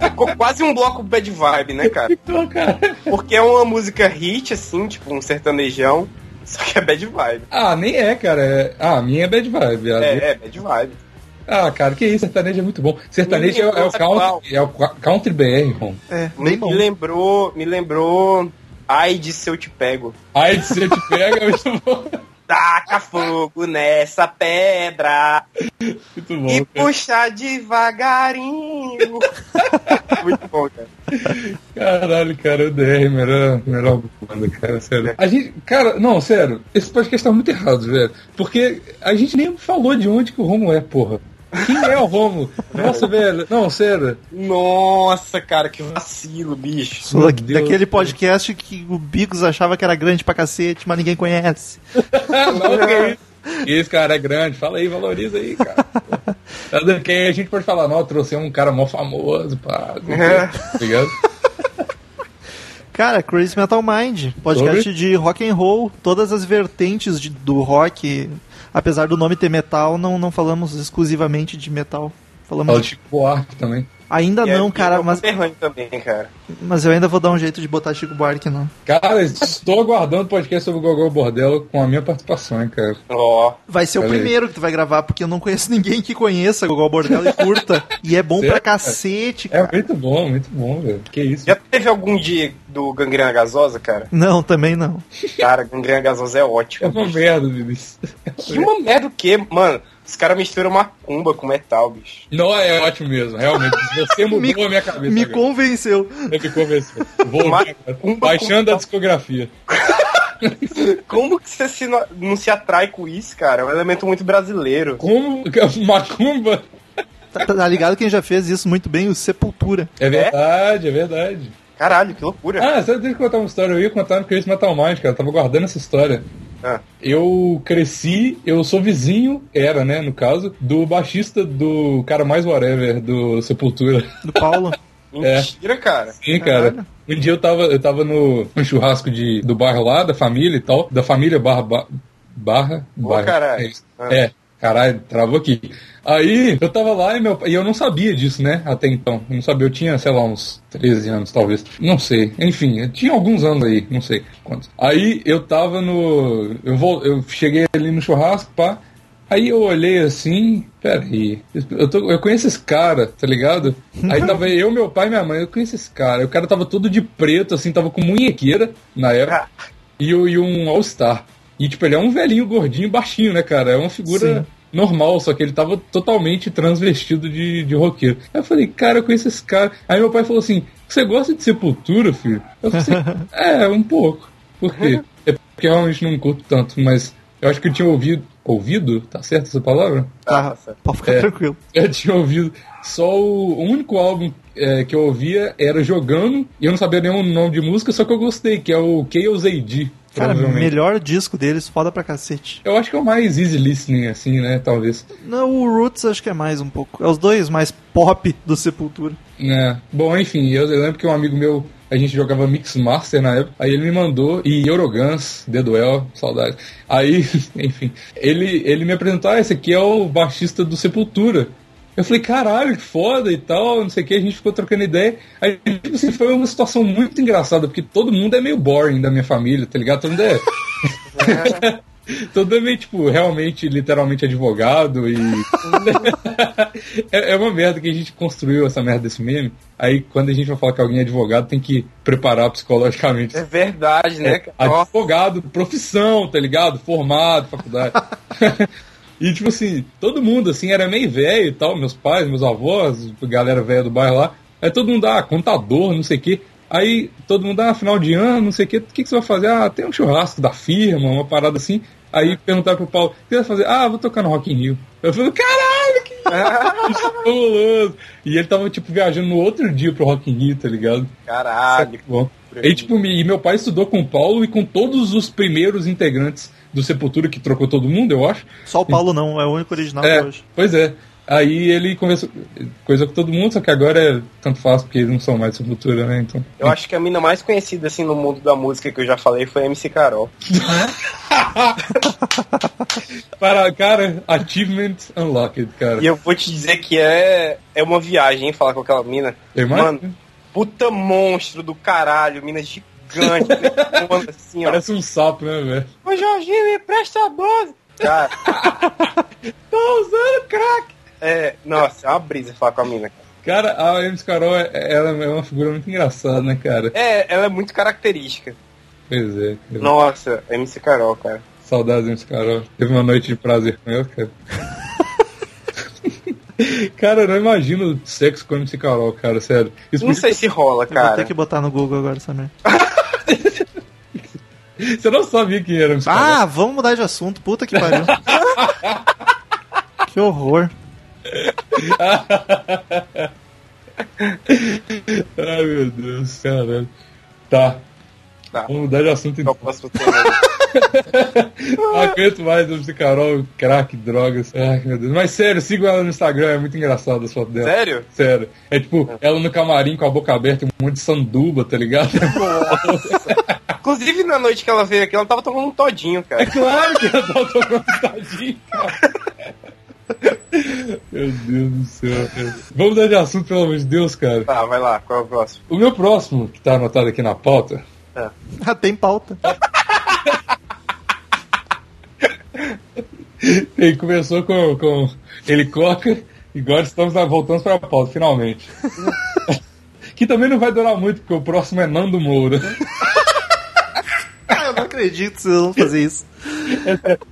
Speaker 2: Ficou quase um bloco bad vibe, né, cara?
Speaker 1: Então, cara.
Speaker 2: Porque é uma música hit, assim, tipo um sertanejão, só que é bad vibe.
Speaker 1: Ah, nem é, cara. É- Ah, a minha é bad vibe. A
Speaker 2: É, é bad vibe.
Speaker 1: Ah, cara, que isso, sertanejo é muito bom. Sertanejo é, é o, country, é o ca- country BR, Ron.
Speaker 3: É, bem bom.
Speaker 2: Me lembrou, me lembrou. Ai de se eu te pego.
Speaker 1: Ai, se eu te pega, é muito bom.
Speaker 2: Taca fogo nessa pedra
Speaker 1: Muito
Speaker 2: e
Speaker 1: bom, cara.
Speaker 2: puxa <laughs> devagarinho. Muito bom, cara.
Speaker 1: Caralho, cara, o DR, melhor, melhor banda, cara, sério. A gente, cara, não, sério, esse podcast tá muito errado, velho. Porque a gente nem falou de onde que o Romo é, porra. Quem é o Romo? Nossa, velho, não, sério.
Speaker 2: Nossa, cara, que vacilo, bicho.
Speaker 3: Sou
Speaker 1: Meu
Speaker 3: da-
Speaker 1: Deus,
Speaker 3: daquele podcast que o Bigos achava que era grande pra cacete, mas ninguém conhece.
Speaker 1: <laughs> não, que é isso. Esse cara é grande, fala aí, valoriza aí, cara. Tá dando que aí a gente pode falar, não, eu trouxe um cara mó famoso, pá. Tá ligado?
Speaker 3: Cara, Crazy Metal Mind, podcast de rock and roll, todas as vertentes de- do rock, apesar do nome ter metal, não, não falamos exclusivamente de metal.
Speaker 1: Fala de
Speaker 3: Falamos...
Speaker 1: Chico Buarque também.
Speaker 3: Ainda
Speaker 2: E aí,
Speaker 3: não, cara,
Speaker 2: eu
Speaker 3: mas,
Speaker 2: tô errando também, cara.
Speaker 3: mas eu ainda vou dar um jeito de botar Chico Buarque, não.
Speaker 1: Cara, estou aguardando o podcast sobre o Gogol Bordello com a minha participação, hein, cara.
Speaker 2: Ó.
Speaker 3: Vai ser o
Speaker 1: Olha aí.
Speaker 3: primeiro que tu vai gravar, porque eu não conheço ninguém que conheça Gogol Bordello e curta. e é bom
Speaker 1: Sério,
Speaker 3: pra
Speaker 1: cara?
Speaker 3: cacete,
Speaker 1: É
Speaker 3: cara.
Speaker 1: muito bom, muito bom, velho. Que isso.
Speaker 2: Já teve algum dia do gangrena gasosa, cara?
Speaker 3: Não, também não.
Speaker 2: Cara, gangrena gasosa é
Speaker 1: É
Speaker 2: ótimo.
Speaker 1: uma merda, Vinícius.
Speaker 2: Que uma merda o quê, mano? Os caras misturam macumba com metal, bicho.
Speaker 1: Não, é ótimo mesmo, realmente. Você mudou
Speaker 3: Me-
Speaker 1: a minha cabeça.
Speaker 3: Me
Speaker 1: agora.
Speaker 3: convenceu.
Speaker 1: Você me convenceu. Vou
Speaker 2: Ma-
Speaker 1: ouvir agora.
Speaker 2: um-
Speaker 1: Baixando a discografia.
Speaker 2: Como que você se no- não se atrai com isso, cara? É um elemento muito brasileiro.
Speaker 1: Como é Macumba.
Speaker 3: Tá, tá ligado quem já fez isso muito bem? O Sepultura.
Speaker 1: É verdade, é verdade.
Speaker 2: Caralho, que loucura.
Speaker 1: Ah, sabe, deixa eu contar uma história. Eu ia contar no Crazy Metal Mind, cara. Eu tava guardando essa história.
Speaker 2: Ah.
Speaker 1: Eu cresci, eu sou vizinho, era, né, no caso, do baixista do cara mais whatever, do Sepultura. <laughs>
Speaker 3: Do Paulo.
Speaker 2: Mentira, cara.
Speaker 1: Sim, cara. Um dia eu tava, eu tava no, no churrasco de, do bairro lá, da família e tal. Da família barra. ba- Barra. barra.
Speaker 2: caralho.
Speaker 1: É, isso. É, caralho, travou aqui. Aí eu tava lá e, meu, e eu não sabia disso, né? Até então. Eu não sabia, eu tinha, sei lá, uns 13 anos, talvez. Não sei. Enfim, eu tinha alguns anos aí, não sei quantos. Aí eu tava no. Eu, vou, eu cheguei ali no churrasco, pá. Aí eu olhei assim, peraí, eu, tô, eu conheço esse cara, tá ligado? Aí tava eu, meu pai e minha mãe, eu conheço esse cara. O cara tava todo de preto, assim, tava com munhequeira na época. E, o- e um All-Star. E, tipo, ele é um velhinho gordinho, baixinho, né, cara? É uma figura
Speaker 3: Sim.
Speaker 1: normal, só que ele tava totalmente transvestido de, de roqueiro. Aí eu falei, cara, eu conheço esse cara. Aí meu pai falou assim: Você gosta de sepultura, filho? Eu falei
Speaker 3: <laughs>
Speaker 1: assim, É, um pouco. Por quê? É porque eu realmente não curto tanto, mas eu acho que eu tinha ouvido. Ouvido? Tá certo essa palavra?
Speaker 3: Tá, pode ficar
Speaker 1: É.
Speaker 3: tranquilo.
Speaker 1: Eu tinha ouvido. Só o, o único álbum é, que eu ouvia era jogando, e eu não sabia nenhum nome de música, só que eu gostei, que é o KOZD.
Speaker 3: Cara,
Speaker 1: provavelmente.
Speaker 3: melhor disco deles, foda pra cacete.
Speaker 1: Eu acho que é o mais easy listening, assim, né? Talvez.
Speaker 3: Não, o Roots acho que é mais um pouco. É os dois mais pop do Sepultura.
Speaker 1: né Bom, enfim, eu, eu lembro que um amigo meu, a gente jogava Mix Master na época, aí ele me mandou, e Euroguns, The Duel, saudade. Aí, <laughs> enfim, ele, ele me apresentou, ah, esse aqui é o baixista do Sepultura. Eu falei, caralho, que foda e tal, não sei o que, a gente ficou trocando ideia. Aí, tipo assim, foi uma situação muito engraçada, porque todo mundo é meio boring da minha família, tá ligado? Todo mundo é. Todo é meio, tipo, realmente, literalmente advogado e. é, é uma merda que a gente construiu essa merda desse meme. Aí quando a gente vai falar que alguém é advogado, tem que preparar psicologicamente.
Speaker 2: É verdade, né, cara? Ó,
Speaker 1: Advogado, profissão, tá ligado? Formado, faculdade. <laughs> e tipo assim, todo mundo assim era meio velho e tal, meus pais, meus avós, galera velha do bairro lá. Aí todo mundo, ah, contador, não sei o quê. Aí todo mundo, ah, final de ano, não sei o quê, o que, que você vai fazer? Ah, tem um churrasco da firma, uma parada assim. Aí perguntaram pro Paulo, o que você vai fazer? Ah, vou tocar no Rock in Rio. Eu falei, caralho, que <laughs>
Speaker 2: <laughs>
Speaker 1: fabuloso. E ele tava, tipo, viajando no outro dia pro Rock in Rio, tá ligado?
Speaker 2: caralho.
Speaker 1: Bom. E, tipo, me- e meu pai estudou com o Paulo e com todos os primeiros integrantes do Sepultura, que trocou todo mundo, eu acho.
Speaker 3: Só o Paulo não, é o único original
Speaker 1: É,
Speaker 3: hoje.
Speaker 1: pois é. Aí ele conversou coisa com todo mundo, só que agora é tanto faz, porque eles não são mais Sepultura, né? Então.
Speaker 2: Eu acho que a mina mais conhecida, assim, no mundo da música que eu já falei foi a MC Carol.
Speaker 1: Para, cara, Achievement Unlocked, cara.
Speaker 2: E eu vou te dizer que é, é uma viagem, hein, falar com aquela mina.
Speaker 1: Eu imagino.
Speaker 2: Mano, puta monstro do caralho, mina gigante, petona, assim, ó.
Speaker 1: Parece um sapo, né, velho?
Speaker 2: Ô Jorginho, me presta a dose. <laughs> Cara,
Speaker 1: Tô usando crack!
Speaker 2: é, nossa, é uma brisa falar com a mina. cara.
Speaker 1: Cara, a Ems Carol é, ela é uma figura muito engraçada, né, cara?
Speaker 2: É, ela é muito característica.
Speaker 1: Pois é. cara.
Speaker 2: Nossa, MC Carol, cara.
Speaker 1: Saudades, Ems Carol. Teve uma noite de prazer com ela, cara. cara, eu não imagino sexo com a MC Carol, cara, sério. Isso
Speaker 2: Não sei se rola,
Speaker 3: Eu vou ter
Speaker 2: cara.
Speaker 3: que botar no Google agora essa merda.
Speaker 1: Você não sabia quem era a MC Carol.
Speaker 3: Ah, vamos mudar de assunto, puta
Speaker 1: <laughs>
Speaker 3: que pariu. que horror.
Speaker 1: Ai, meu Deus, caralho. Tá.
Speaker 2: Tá.
Speaker 1: Vamos mudar de assunto então.
Speaker 2: Qual o próximo tema?
Speaker 1: Não aguento mais MC Carol, crack, drogas. Ai, meu Deus. Mas sério, sigam ela no Instagram, é muito engraçado as fotos dela.
Speaker 2: Sério?
Speaker 1: Sério. É tipo, ela no camarim com a boca aberta, um monte de sanduba, tá ligado?
Speaker 2: Inclusive, na noite que ela veio aqui, ela tava tomando um todinho, cara.
Speaker 1: claro que <laughs> ela tá tomando tadinho, cara. Meu Deus do céu. cara. Vamos dar de assunto, pelo amor de Deus, cara.
Speaker 2: Tá, vai lá, qual é o próximo?
Speaker 1: O meu próximo, que tá anotado aqui na pauta, <laughs>
Speaker 3: Ah, tem pauta.
Speaker 1: ele começou com, com ele coca e agora estamos na- voltando para a pauta, finalmente. <laughs> que também não vai durar muito, porque o próximo é Nando Moura.
Speaker 3: Ah, eu não acredito que vocês vão fazer isso.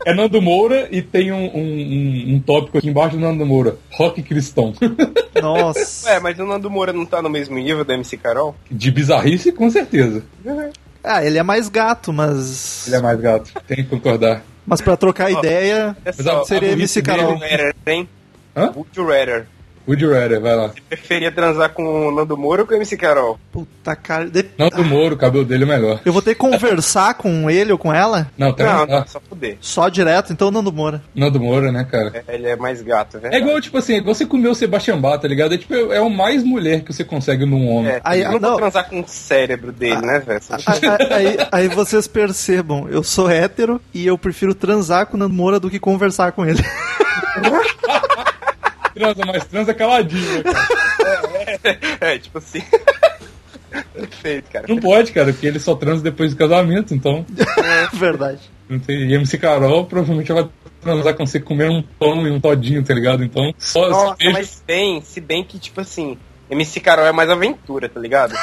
Speaker 1: É Nando Moura e tem um, um, um- um tópico aqui embaixo do Nando Moura: rock cristão. <laughs>
Speaker 3: Nossa.
Speaker 2: Ué, É, mas o Nando Moura não tá no mesmo nível da MC Carol?
Speaker 1: De bizarrice, com certeza.
Speaker 3: Ah, ele é mais gato, mas.
Speaker 1: Ele é mais gato, tem que concordar.
Speaker 3: Mas pra trocar ideia.
Speaker 2: É
Speaker 1: Mas a-
Speaker 2: só.
Speaker 3: Seria
Speaker 1: a burrice
Speaker 3: MC Carol.
Speaker 1: dele- né?
Speaker 2: Rather, hein?
Speaker 1: Hã?
Speaker 2: Would you rather?
Speaker 1: Would you rather, vai lá.
Speaker 2: Preferia transar com o Nando Moura ou com o MC Carol?
Speaker 3: Puta cara. de-
Speaker 1: Nando Moura, o cabelo dele é melhor.
Speaker 3: Eu vou ter que conversar com ele ou com ela?
Speaker 1: Não, tem
Speaker 2: Não, não,
Speaker 1: ah,
Speaker 2: só poder.
Speaker 3: Só direto, então Nando Moura.
Speaker 1: Nando Moura, né, cara?
Speaker 2: É, Ele é mais gato, né?
Speaker 1: É igual, tipo assim, é igual você comer o Sebastião Bá, tá ligado? É tipo, é o mais mulher que você consegue num homem.
Speaker 2: É,
Speaker 3: Aí,
Speaker 2: eu
Speaker 3: ah,
Speaker 2: não
Speaker 3: não. Ah,
Speaker 2: vou transar com o cérebro dele, né, velho?
Speaker 3: A- a- aí, aí vocês percebam, eu sou hétero e eu prefiro transar com o Nando Moura do que conversar com ele.
Speaker 1: Transa, mas transa caladinho, né, cara?
Speaker 3: ah.
Speaker 2: <laughs> É, tipo assim. Perfeito, cara.
Speaker 1: Não pode, cara, porque ele só transa depois do casamento, então.
Speaker 3: É Verdade.
Speaker 1: Não tem. E MC Carol provavelmente ela vai transar com você comer um pão e um todinho, tá ligado? Então, só
Speaker 2: Nossa,
Speaker 1: só-
Speaker 2: mas bem, se bem que, tipo assim, MC Carol é mais aventura, tá ligado?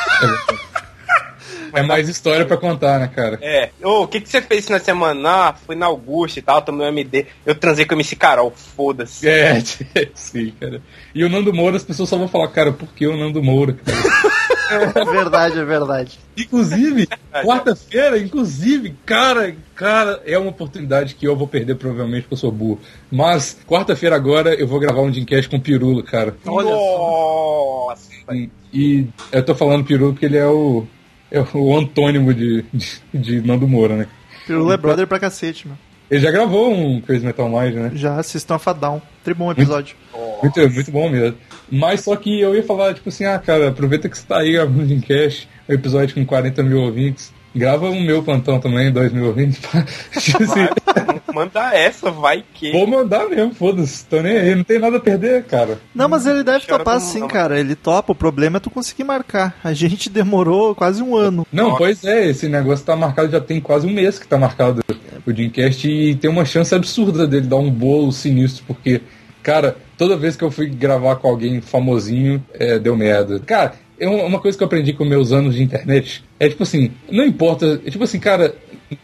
Speaker 1: é mais história pra contar, né, cara?
Speaker 2: É. Ô, o que, que você fez esse final de semana? Ah, fui na Augusta e tal, tomei um MD. Eu transei com o MC Carol, foda-se.
Speaker 1: É, <laughs> sim, cara. E o Nando Moura, as pessoas só vão falar, cara, por que o Nando Moura? cara?
Speaker 3: É verdade, é verdade.
Speaker 1: Inclusive, quarta-feira, inclusive, cara, cara, é uma oportunidade que eu vou perder provavelmente porque eu sou burro. Mas quarta-feira agora eu vou gravar um Dreamcast com o Pirula, cara.
Speaker 3: Olha só.
Speaker 2: Nossa.
Speaker 1: E, e eu tô falando Pirula porque ele é o, é o antônimo de, de, de Nando Moura, né?
Speaker 3: Pirula é brother pra cacete, meu.
Speaker 1: Ele já gravou um Crazy Metal Mind, né?
Speaker 3: Já assistam a Fadão. Tri bom episódio.
Speaker 1: Muito, muito bom mesmo. Mas só que eu ia falar, tipo assim, ah, cara, aproveita que você tá aí gravando um Dreamcast, um episódio com 40 mil ouvintes. Grava o meu plantão também, 2 mil ouvintes. <laughs> Tipo assim,
Speaker 2: Manda essa, vai que.
Speaker 1: Vou mandar mesmo, foda-se. Tô nem aí, não tem nada a perder, cara.
Speaker 3: Não, mas ele deve
Speaker 2: Chora
Speaker 3: topar
Speaker 2: com-
Speaker 3: sim, cara. Ele topa. O problema é tu conseguir marcar. A gente demorou quase um ano.
Speaker 1: Não,
Speaker 2: Nossa.
Speaker 1: pois é, esse negócio tá marcado, já tem quase um mês que tá marcado o Dreamcast e tem uma chance absurda dele dar um bolo sinistro, porque, cara, toda vez que eu fui gravar com alguém famosinho, é, deu merda. Cara, é um- uma coisa que eu aprendi com meus anos de internet é tipo assim, não importa, é tipo assim, cara,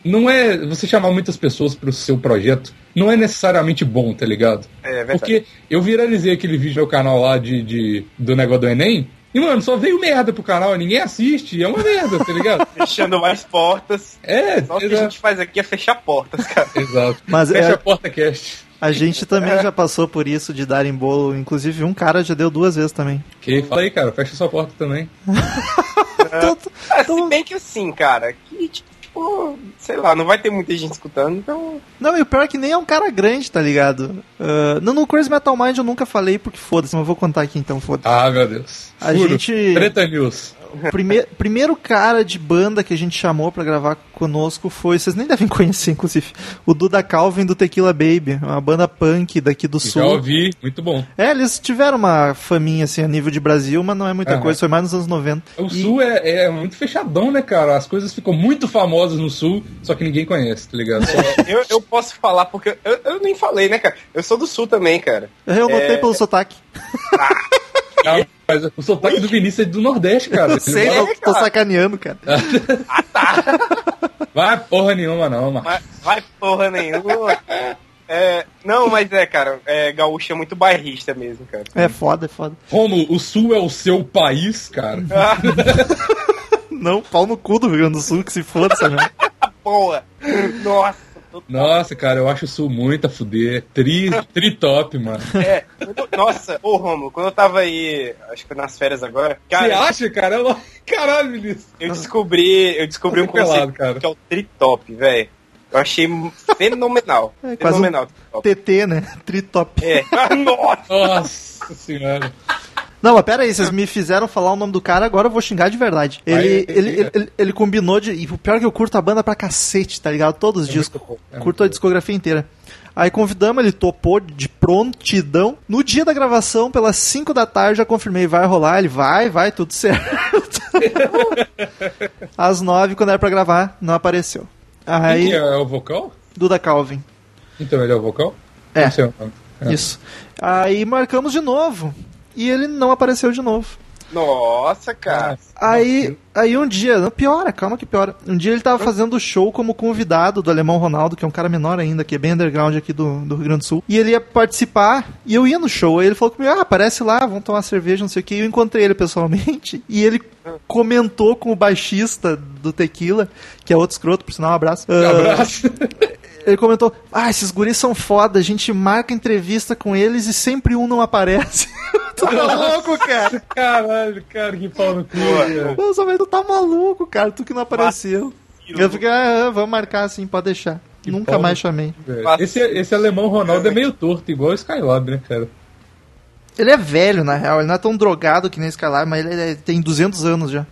Speaker 1: não é você chamar muitas pessoas pro seu projeto, não é necessariamente bom, tá ligado?
Speaker 2: É verdade.
Speaker 1: Porque eu viralizei aquele vídeo no canal lá de, de- do negócio do Enem. E, mano, só veio merda pro canal, ninguém assiste, é uma merda, tá ligado?
Speaker 2: Fechando mais portas.
Speaker 1: É,
Speaker 2: Só o que a
Speaker 1: exato.
Speaker 2: gente faz aqui é fechar portas, cara.
Speaker 1: exato.
Speaker 3: Mas
Speaker 1: Fecha
Speaker 3: é-
Speaker 1: a porta cast.
Speaker 3: A gente também já passou por isso de dar em bolo. Inclusive, um cara já deu duas vezes também.
Speaker 1: Que, fala aí, cara, fecha sua porta também.
Speaker 3: Tanto-
Speaker 2: Ah, se bem que assim, cara, que tipo, sei lá, não vai ter muita gente escutando, então.
Speaker 3: Não, e o pior é que nem é um cara grande, tá ligado? Ah, não, no Crazy Metal Mind eu nunca falei, porque foda-se, mas eu vou contar aqui
Speaker 1: <laughs>
Speaker 3: então, foda-se.
Speaker 1: Ah, meu Deus.
Speaker 3: A
Speaker 1: Furo.
Speaker 3: gente-
Speaker 1: Treta News.
Speaker 3: Prime- primeiro cara de banda que a gente chamou pra gravar conosco foi, vocês nem devem <laughs> conhecer, inclusive, o Duda Calvin do Tequila Baby, uma banda punk daqui do
Speaker 1: Já
Speaker 3: sul.
Speaker 1: ouvi, muito bom.
Speaker 3: É, eles tiveram uma faminha assim a nível de Brasil, mas não é muita
Speaker 1: Aham.
Speaker 3: coisa, foi mais nos anos 90.
Speaker 1: O
Speaker 3: E-
Speaker 1: Sul é, é muito fechadão, né, cara? As coisas ficam muito famosas no Sul, só que ninguém conhece, tá ligado? Só-
Speaker 2: Eu, eu posso falar porque eu, eu nem falei, né, cara? Eu sou do sul também, cara.
Speaker 3: Eu notei
Speaker 2: É.
Speaker 3: pelo sotaque.
Speaker 1: Ah, mas o sotaque do Vinícius é do Nordeste, cara.
Speaker 3: Eu sei,
Speaker 1: Ele
Speaker 3: eu tô sacaneando, cara.
Speaker 1: não vai porra nenhuma, não, mano.
Speaker 2: Mas vai porra nenhuma. <laughs> É, não, mas é, cara, é, gaúcho é muito bairrista mesmo, cara.
Speaker 3: É foda, é foda.
Speaker 1: Romulo, o Sul é o seu país, cara.
Speaker 3: Não, pau no cu do Rio Grande do Sul, que se foda, sabe?
Speaker 2: Porra! Nossa! tô-
Speaker 1: Nossa, cara, eu acho o Sul muito a fuder. Tri, tri top, mano.
Speaker 2: É, quando- nossa, ô Romulo, quando eu tava aí, acho que nas férias agora,
Speaker 1: Você
Speaker 2: cara,
Speaker 1: acha, cara? Eu... Caralho, Vinícius.
Speaker 2: eu descobri, eu descobri um
Speaker 1: Tô pelado,
Speaker 2: conceito
Speaker 1: cara.
Speaker 2: que é o tritop, velho. Eu achei fenomenal.
Speaker 3: É, quase um
Speaker 2: fenomenal.
Speaker 3: TT, né? Tritop.
Speaker 2: É. <laughs> Nossa!
Speaker 1: Nossa senhora.
Speaker 3: Não, mas pera aí, vocês me fizeram falar o nome do cara, agora eu vou xingar de verdade. Ele,
Speaker 1: Vai, é,
Speaker 3: ele,
Speaker 1: xinga.
Speaker 3: ele, ele- ele combinou de. E o pior é que eu curto a banda pra cacete, tá ligado? Todos os discos.
Speaker 1: muito bom, é muito
Speaker 3: curto a discografia inteira. Aí convidamos, ele topou de prontidão. No dia da gravação, pelas 5 da tarde, já confirmei, vai rolar, ele vai, vai, tudo
Speaker 1: <laughs>
Speaker 3: certo. Às 9, quando era pra gravar, não apareceu.
Speaker 1: Quem
Speaker 3: Aí,
Speaker 1: que é, é o vocal?
Speaker 3: Duda Calvin.
Speaker 1: Então, ele é o vocal?
Speaker 3: É.
Speaker 1: Não sei o nome. É.
Speaker 3: Isso. Aí marcamos de novo. E ele não apareceu de novo.
Speaker 2: Nossa, cara.
Speaker 3: Aí, aí um dia, não, piora, calma que piora. Um dia ele tava fazendo show como convidado do Alemão Ronaldo, que é um cara menor ainda, que é bem underground aqui do, do Rio Grande do Sul. E ele ia participar, e eu ia no show. Aí ele falou comigo, ah, aparece lá, vamos tomar cerveja, não sei o que. E eu encontrei ele pessoalmente, <laughs> e ele comentou com o baixista do Tequila, que é outro escroto, por sinal, um abraço. Ah,
Speaker 1: Abraço.
Speaker 3: ele comentou, ah, esses guris são foda, a gente marca entrevista com eles e sempre um não aparece. tu <laughs> tá louco, cara?
Speaker 1: Caralho, cara, que pau no cu. cara.
Speaker 3: Nossa, mas tu tá maluco, cara. Tu que não apareceu. Eu fiquei, ah, ah, vamos marcar assim, pode deixar. Nunca
Speaker 1: porra.
Speaker 3: mais chamei.
Speaker 1: Velho, Esse, esse alemão Ronaldo é meio torto, igual o Skylab, né, cara?
Speaker 3: Ele é velho, na real. Ele não é tão drogado que nem Skylar, mas ele, é- tem 200 anos já.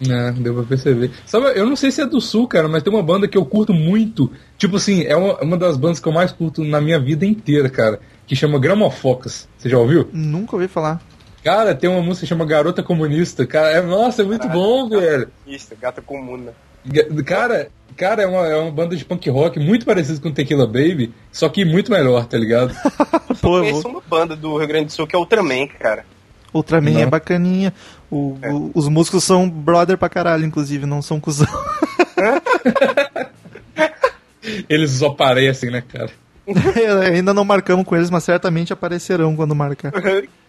Speaker 1: É, deu pra perceber. Sabe, eu não sei se é do Sul, cara, mas tem uma banda que eu curto muito. Tipo assim, é uma, uma das bandas que eu mais curto na minha vida inteira, cara. Que chama Gramofocas. Você já ouviu?
Speaker 3: Nunca ouvi falar.
Speaker 1: Cara, tem uma música que chama Garota Comunista. Cara, é, nossa, é muito bom, velho.
Speaker 2: Isso, gata comuna.
Speaker 1: Ga- Cara, cara é, uma, é uma banda de punk rock muito parecida com Tequila Baby, só que muito melhor, tá ligado? <laughs>
Speaker 2: Eu
Speaker 3: Pô, eu
Speaker 2: conheço
Speaker 3: vou.
Speaker 2: uma banda do Rio Grande do Sul que é Ultraman, cara. <laughs>
Speaker 3: Ultraman é
Speaker 1: Não.
Speaker 3: bacaninha. O-
Speaker 2: É.
Speaker 3: o- os músicos são brother pra caralho, inclusive, não são cuzão. <laughs>
Speaker 1: Eles só parecem, né, cara?
Speaker 3: Ainda não marcamos com eles, mas certamente aparecerão quando marcar.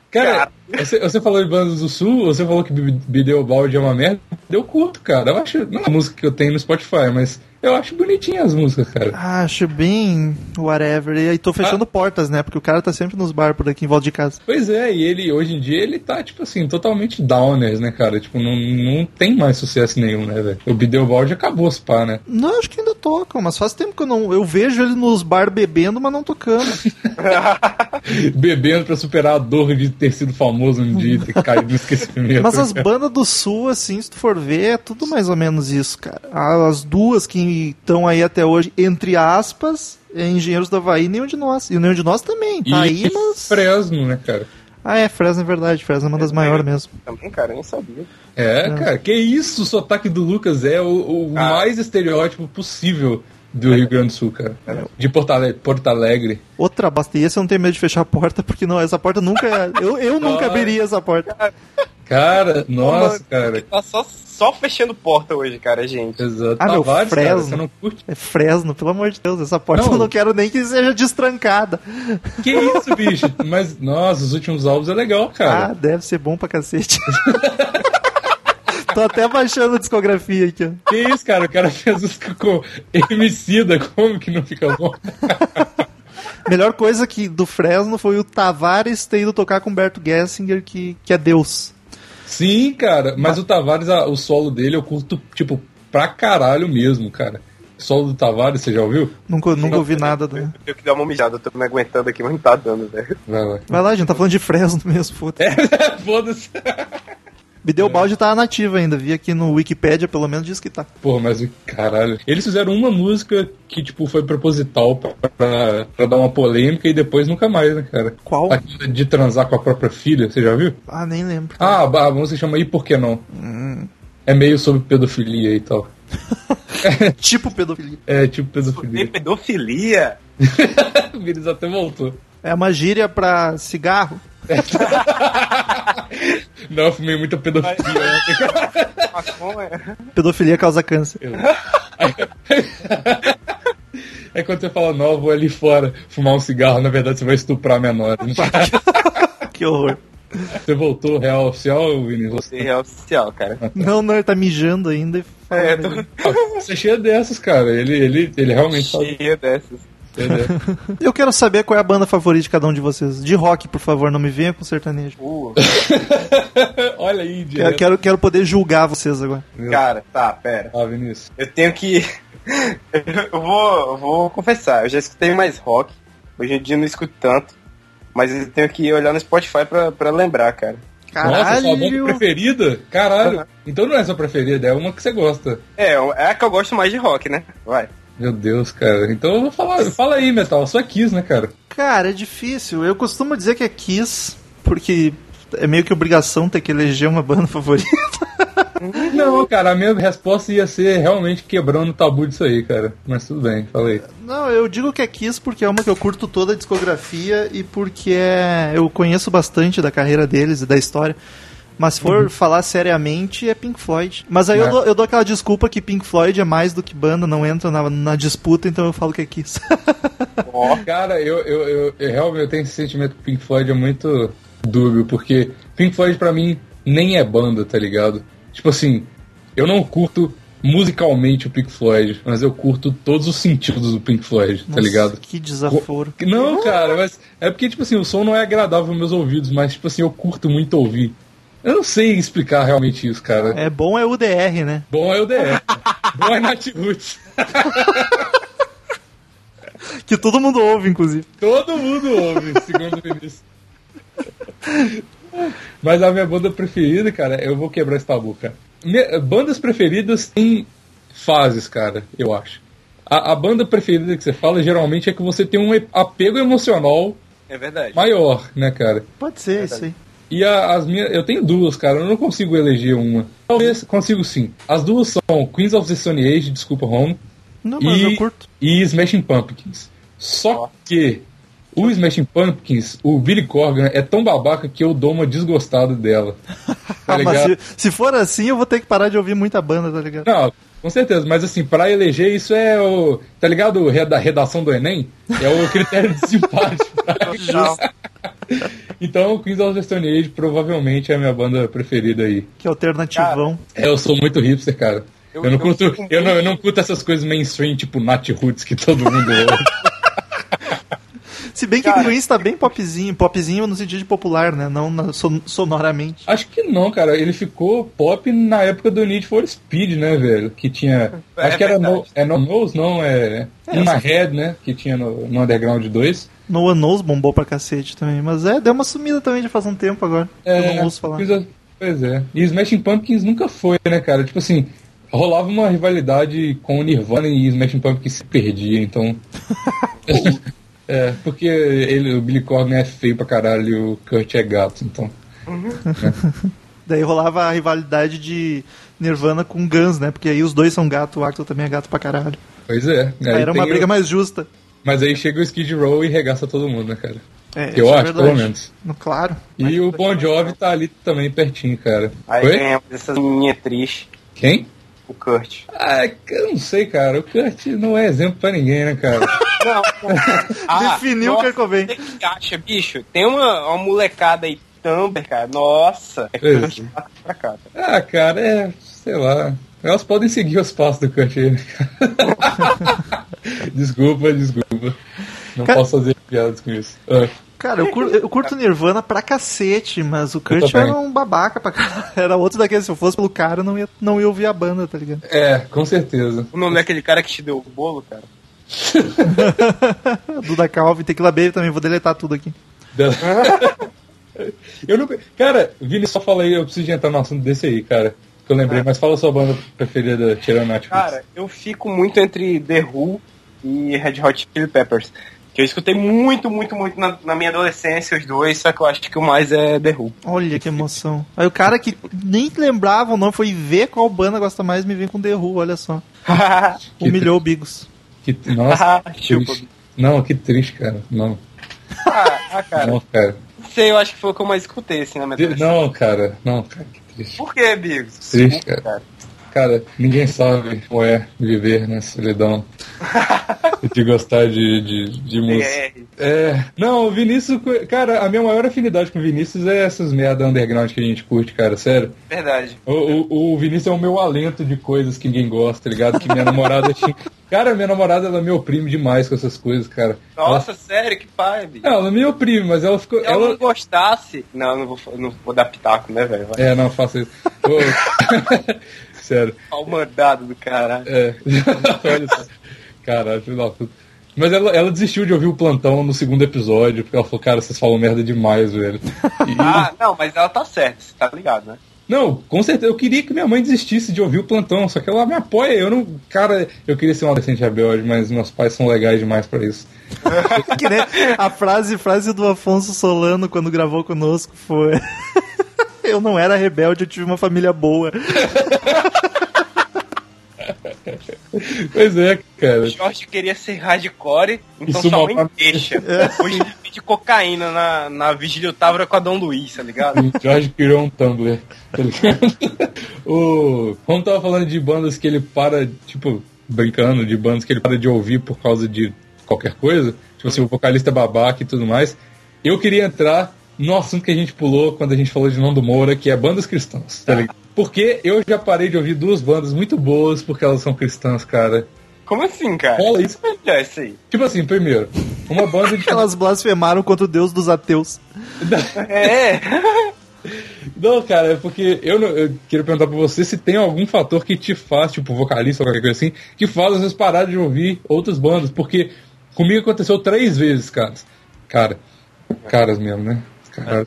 Speaker 1: Cara, você, você falou de bandas do sul, você falou que Bi- Bideobaldi é uma merda. Eu curto, cara. Eu acho. Não é a música que eu tenho no Spotify, mas eu acho bonitinha as músicas, cara.
Speaker 3: Ah, acho bem whatever. E aí tô
Speaker 2: Ah.
Speaker 3: fechando portas, né? Porque o cara tá sempre nos bar por aqui em volta de casa.
Speaker 1: Pois é, e ele, hoje em dia, ele tá, tipo assim, totalmente downers, né, cara? Tipo, não, não tem mais sucesso nenhum, né, velho? O Bideobaldi acabou os pá, né?
Speaker 3: Não, acho que ainda tocam, mas faz tempo que eu não. Eu vejo ele nos bar bebendo, mas não tocando.
Speaker 1: <laughs> Bebendo pra superar a dor de ter sido famoso um dia e ter caído no esquecimento.
Speaker 3: Mas as
Speaker 1: cara.
Speaker 3: bandas do sul, assim, se tu for ver, é tudo mais ou menos isso, cara. Ah, As duas que estão aí até hoje, entre aspas, é Engenheiros do Havaí e Nenhum de Nós. E o Nenhum de Nós também,
Speaker 1: E
Speaker 3: tá aí, mas.
Speaker 1: Fresno, né, cara?
Speaker 3: Ah, é, Fresno é verdade, Fresno é uma das maiores mesmo.
Speaker 2: Também, cara, eu nem sabia.
Speaker 1: É, cara, que isso, o sotaque do Lucas é o, o
Speaker 2: Ah.
Speaker 1: mais estereótipo possível do Rio Grande do Sul, cara. De Porto Alegre. Porto Alegre.
Speaker 3: Outra bosta, e esse eu não tenho medo de fechar a porta, <laughs> porque não, essa porta nunca. é, Eu, eu nunca abriria essa porta.
Speaker 1: Cara, nossa, cara.
Speaker 2: Tá só, só fechando porta hoje, cara, gente.
Speaker 1: Exato.
Speaker 3: Ah, meu,
Speaker 1: Tavares, cara,
Speaker 3: Fresno.
Speaker 1: você não curte?
Speaker 3: É Fresno, pelo amor de Deus, essa porta
Speaker 1: Não.
Speaker 3: eu não quero nem que seja destrancada.
Speaker 1: Que isso,
Speaker 3: <laughs>
Speaker 1: bicho? Mas, nossa, os últimos álbuns é legal,
Speaker 3: Ah,
Speaker 1: cara.
Speaker 3: deve ser bom pra cacete. <laughs> Tô até baixando a discografia aqui, ó.
Speaker 1: Que isso, cara? O cara fez os com Emicida, como que não fica bom?
Speaker 3: Melhor coisa que do Fresno foi o Tavares ter ido tocar com o Humberto Gessinger, que, que é Deus.
Speaker 1: Sim, cara, mas o Tavares, a- o solo dele eu curto, tipo, pra caralho mesmo, cara. O solo do Tavares, você já ouviu?
Speaker 3: Nunca, nunca ouvi nada. Do...
Speaker 2: Eu tenho que dar uma mijada, eu tô me aguentando aqui, mas não tá dando, velho.
Speaker 1: Vai, vai.
Speaker 3: Vai lá, gente, tá falando de Fresno mesmo, foda.
Speaker 1: <laughs> Foda-se.
Speaker 3: Me deu balde tá nativo ainda, vi aqui no Wikipedia, pelo menos diz que tá.
Speaker 1: Porra, mas caralho. Eles fizeram uma música que, tipo, foi proposital pra, pra, pra dar uma polêmica e depois nunca mais, né, cara?
Speaker 3: Qual?
Speaker 1: Aquela de transar com a própria filha, você já viu?
Speaker 3: Ah, nem lembro.
Speaker 1: Ah, a a música chama E Por Que Não? É meio sobre pedofilia e tal.
Speaker 3: Tipo pedofilia.
Speaker 1: É, tipo
Speaker 2: Tem
Speaker 1: pedofilia.
Speaker 2: pedofilia?
Speaker 1: O Vinícius até voltou.
Speaker 3: É uma gíria pra cigarro.
Speaker 1: Não, eu fumei muita pedofilia ontem, cara.
Speaker 2: Maconha.
Speaker 3: Pedofilia causa câncer.
Speaker 1: É quando você fala, não, eu vou ali fora fumar um cigarro, na verdade você vai estuprar a <laughs> menor.
Speaker 3: Que horror.
Speaker 1: Você voltou real oficial, Vinícius?
Speaker 2: É oficial, cara.
Speaker 3: Não, não, ele tá mijando ainda. e fala,
Speaker 2: É, tô
Speaker 1: <laughs> Você é cheio dessas, cara. Ele, ele, ele realmente é sabe.
Speaker 2: cheio dessas.
Speaker 1: entendeu?
Speaker 3: Eu quero saber qual é a banda favorita de cada um de vocês. De rock, por favor, não me venha com sertanejo.
Speaker 2: Uh,
Speaker 1: <laughs> Olha aí,
Speaker 3: Eu
Speaker 1: direto.
Speaker 3: quero, quero poder julgar vocês agora.
Speaker 2: cara, tá, pera.
Speaker 1: Ah, Vinícius.
Speaker 2: Eu tenho que. <laughs> Eu vou, eu vou confessar, eu já escutei mais rock. Hoje em dia eu não escuto tanto. Mas eu tenho que olhar no Spotify pra, pra lembrar, cara.
Speaker 1: Nossa, sua banda
Speaker 3: Caralho!
Speaker 1: preferida? Caralho. Então não é sua preferida, é uma que você gosta.
Speaker 2: É, é a que eu gosto mais de rock, né? Vai.
Speaker 1: Meu Deus, cara. Então eu vou falar. Fala aí, Metal. Só quis, né, cara?
Speaker 3: Cara, é difícil. Eu costumo dizer que é Kiss, porque é meio que obrigação ter que eleger uma banda <laughs> favorita.
Speaker 1: Não, cara, a minha resposta ia ser realmente quebrando o tabu disso aí, cara. Mas tudo bem, falei.
Speaker 3: Não, eu digo que é Kiss porque é uma que eu curto toda a discografia e porque é... eu conheço bastante da carreira deles e da história. Mas se for falar seriamente, é Pink Floyd. Mas aí
Speaker 1: É.
Speaker 3: eu, dou, eu dou aquela desculpa que Pink Floyd é mais do que banda, não entra na, na disputa, então eu falo que é Kiss.
Speaker 1: Ó, Cara, eu, eu, eu, eu realmente eu tenho esse sentimento que Pink Floyd é muito dúbio, porque Pink Floyd pra mim nem é banda, tá ligado? Tipo assim, eu não curto musicalmente o Pink Floyd, mas eu curto todos os sentidos do Pink Floyd, tá
Speaker 3: Nossa,
Speaker 1: ligado?
Speaker 3: Que desaforo.
Speaker 1: Não, cara, mas é porque, tipo assim, o som não é agradável aos meus ouvidos, mas, tipo assim, eu curto muito ouvir. Eu não sei explicar realmente isso, cara.
Speaker 3: É bom é UDR, né?
Speaker 1: Bom é o DR. Bom é Nath Roots.
Speaker 3: Que todo mundo ouve, inclusive.
Speaker 1: Todo mundo ouve, segundo o ministro. Mas a minha banda preferida, cara, eu vou quebrar esse tabu, cara. Minha- bandas preferidas têm fases, cara, eu acho. A, a banda preferida que você fala geralmente é que você tem um e- apego emocional
Speaker 2: É verdade.
Speaker 1: maior, né, cara?
Speaker 3: Pode ser, isso aí.
Speaker 1: E a- as minhas. Eu tenho duas, cara. Eu não consigo eleger uma. Talvez consigo sim. As duas são Queens of the Stone Age, desculpa, Home,
Speaker 3: Não, mas
Speaker 1: E-
Speaker 3: Ah, eu curto.
Speaker 1: e Smashing Pumpkins. Só
Speaker 2: Ó.
Speaker 1: que o Smashing Pumpkins, o Billy Corgan, é tão babaca que eu dou uma desgostada
Speaker 3: <laughs>
Speaker 1: dela. Tá
Speaker 3: Ah, mas
Speaker 1: ligado?
Speaker 3: se, se for assim, eu vou ter que parar de ouvir muita banda, tá ligado?
Speaker 1: Não, com certeza, mas assim, pra eleger isso é o. Tá ligado? O re- da redação do Enem? É o critério de desempate.
Speaker 3: <laughs> é
Speaker 2: Total.
Speaker 1: então, Queens of the Stone Age provavelmente é a minha banda preferida aí.
Speaker 3: Que alternativão.
Speaker 1: É, eu sou muito hipster, cara. Eu,
Speaker 2: Eu-
Speaker 1: não
Speaker 2: eu
Speaker 1: curto,
Speaker 2: fico
Speaker 1: eu, não, eu não curto essas coisas mainstream, tipo Nat Roots, que todo mundo ouve.
Speaker 3: Se bem que o Queens tá bem popzinho, popzinho no sentido de popular, né? Não na- son- sonoramente.
Speaker 1: Acho que não, cara. Ele ficou pop na época do Need for Speed, né, velho? Que tinha.
Speaker 2: É
Speaker 1: acho que era
Speaker 2: verdade.
Speaker 1: no, é no Nose, não, é. In My Head, né? Que tinha no, no Underground 2.
Speaker 3: No One Knows bombou pra cacete também, mas é, deu uma sumida também já faz um tempo agora.
Speaker 1: É,
Speaker 3: eu não ouço falar.
Speaker 1: coisa- Pois é. E Smashing Pumpkins nunca foi, né, cara? Tipo assim, rolava uma rivalidade com o Nirvana e Smashing Pumpkins se perdia,
Speaker 3: <laughs>
Speaker 1: então. é, porque ele, o Billy Corgan é feio pra caralho e o Kurt é gato, então.
Speaker 3: Daí rolava a rivalidade de Nirvana com Guns, né? Porque aí os dois são gato, o Axel também é gato pra caralho.
Speaker 1: Pois é.
Speaker 3: Aí
Speaker 1: Aí
Speaker 3: Ah, era uma
Speaker 1: tem o-
Speaker 3: briga mais justa.
Speaker 1: Mas aí chega o Skid Row e regaça todo mundo, né, cara?
Speaker 3: É,
Speaker 1: Eu
Speaker 3: isso é
Speaker 1: acho,
Speaker 3: verdade.
Speaker 1: pelo menos.
Speaker 3: No, claro.
Speaker 1: E o Bon Jovi tá ali também pertinho, cara.
Speaker 2: Aí
Speaker 1: Oi?
Speaker 2: ganhamos essa menininha triste,
Speaker 1: Quem?
Speaker 2: o Kurt.
Speaker 1: Ah, eu não sei, cara. O Kurt não é exemplo pra ninguém, né, cara?
Speaker 3: <laughs>
Speaker 2: Não. Ah,
Speaker 3: Definiu o
Speaker 2: nossa,
Speaker 3: Kurt Cobain.
Speaker 2: Você que acha, bicho? Tem uma, uma molecada aí, Tumblr, cara. Nossa. É
Speaker 1: Pois é.
Speaker 2: Kurt lá pra cá. tá?
Speaker 1: ah, cara, é. Sei lá. Elas podem seguir os passos do Kurt aí, né, cara? <laughs> Desculpa, desculpa. Não
Speaker 3: Cara-
Speaker 1: posso fazer piadas com isso. Ah,
Speaker 3: Cara, eu curto, eu curto Nirvana pra cacete, mas o Kurt
Speaker 1: também.
Speaker 3: era um babaca pra caralho. <laughs> Era outro daqueles, se eu fosse pelo cara, eu não ia, não ia ouvir a banda, tá ligado?
Speaker 1: é, com
Speaker 3: <laughs>
Speaker 1: certeza.
Speaker 2: O nome daquele cara que te deu o bolo, cara.
Speaker 3: Ah, Duda Calvin, Tequila Baby também, vou deletar tudo aqui.
Speaker 1: Da- eu não... Cara, Vini, só fala aí, eu preciso de entrar no assunto desse aí, cara. Que eu
Speaker 3: É.
Speaker 1: lembrei, mas fala sua banda preferida, tirando a
Speaker 2: Cara, eu fico muito entre The Who e Red Hot Chili Peppers. Que eu escutei muito, muito, muito na, na minha adolescência os dois, só que eu acho que o mais é The Who. <laughs>
Speaker 3: Olha que emoção. Aí o cara que nem lembrava o nome foi ver qual banda gosta mais me vem com The Who, olha só.
Speaker 2: Ah,
Speaker 3: Humilhou o Bigos. <laughs>
Speaker 2: <laughs>
Speaker 1: Que, nossa, que
Speaker 2: Chupa.
Speaker 1: triste. Não, que triste, cara. Não,
Speaker 2: ah, ah, cara,
Speaker 1: não, cara.
Speaker 2: não sei, eu acho que foi o que eu mais escutei, assim, na minha
Speaker 1: De-
Speaker 2: adolescência.
Speaker 1: Não, cara. Não, cara, que triste.
Speaker 2: Por que, Bigos?
Speaker 1: Triste,
Speaker 2: Desculpa,
Speaker 1: cara. Cara, ninguém sabe como é viver na
Speaker 2: <laughs>
Speaker 1: solidão. De gostar de, de, de música.
Speaker 2: BR.
Speaker 1: É. Não, o Vinícius. Cara, a minha maior afinidade com o Vinícius é essas merda underground que a gente curte, cara, sério.
Speaker 2: é, Verdade.
Speaker 1: O, o, o Vinícius é o meu alento de coisas que ninguém gosta, tá ligado? Que minha namorada
Speaker 2: <laughs>
Speaker 1: tinha. Cara, minha namorada, ela me oprime demais com essas coisas, cara.
Speaker 2: Nossa, sério, que pai, Bigos.
Speaker 1: Ela, ela me oprime, mas ela ficou.
Speaker 2: Se ela
Speaker 1: ela-
Speaker 2: não gostasse. Não, eu não vou, não vou dar pitaco, né, velho? Vai.
Speaker 1: É, não, faça isso. Ô, <laughs> Sério.
Speaker 2: Ao mandado do caralho.
Speaker 1: É. <laughs> Olha só. Caralho, filho da puta. Mas ela, ela desistiu de ouvir o plantão no segundo episódio, porque ela falou, cara, vocês falam merda demais, velho. E-
Speaker 2: Ah, não, mas ela tá certa, você tá ligado, né?
Speaker 1: Não, com certeza. Eu queria que minha mãe desistisse de ouvir o plantão, só que ela me apoia. Eu não. Cara, eu queria ser um adolescente rebelde, mas meus pais são legais demais pra isso.
Speaker 3: Que nem a frase, frase do Afonso Solano quando gravou conosco foi. <laughs> Eu não era rebelde, eu tive uma família boa.
Speaker 1: Pois é, cara.
Speaker 2: O Jorge queria ser hardcore, então
Speaker 1: Isso É.
Speaker 2: sua mãe
Speaker 1: uma- <laughs>
Speaker 2: deixa. Hoje ele pede cocaína na, na vigília Otávora com a Dom Luiz, tá ligado?
Speaker 1: O Jorge criou um Tumblr. tá ligado? <laughs> o, como tava falando de bandas que ele para, tipo, brincando, de bandas que ele para de ouvir por causa de qualquer coisa, tipo assim, o vocalista babaca e tudo mais, eu queria entrar no assunto que a gente pulou quando a gente falou de Nando Moura, que é bandas cristãs, tá ligado? Porque eu já parei de ouvir duas bandas muito boas porque elas são cristãs, cara.
Speaker 2: Como assim, cara?
Speaker 1: Rola isso.
Speaker 2: Como é que é isso aí?
Speaker 1: Tipo assim, primeiro, uma banda de.
Speaker 3: Elas blasfemaram contra o Deus dos ateus.
Speaker 2: É,
Speaker 1: Não, cara, é porque eu, não- eu queria perguntar pra você se tem algum fator que te faz, tipo, vocalista ou qualquer coisa assim, que faz às vezes parar de ouvir outras bandas, porque comigo aconteceu três vezes, cara. Cara, caras mesmo, né? Cara.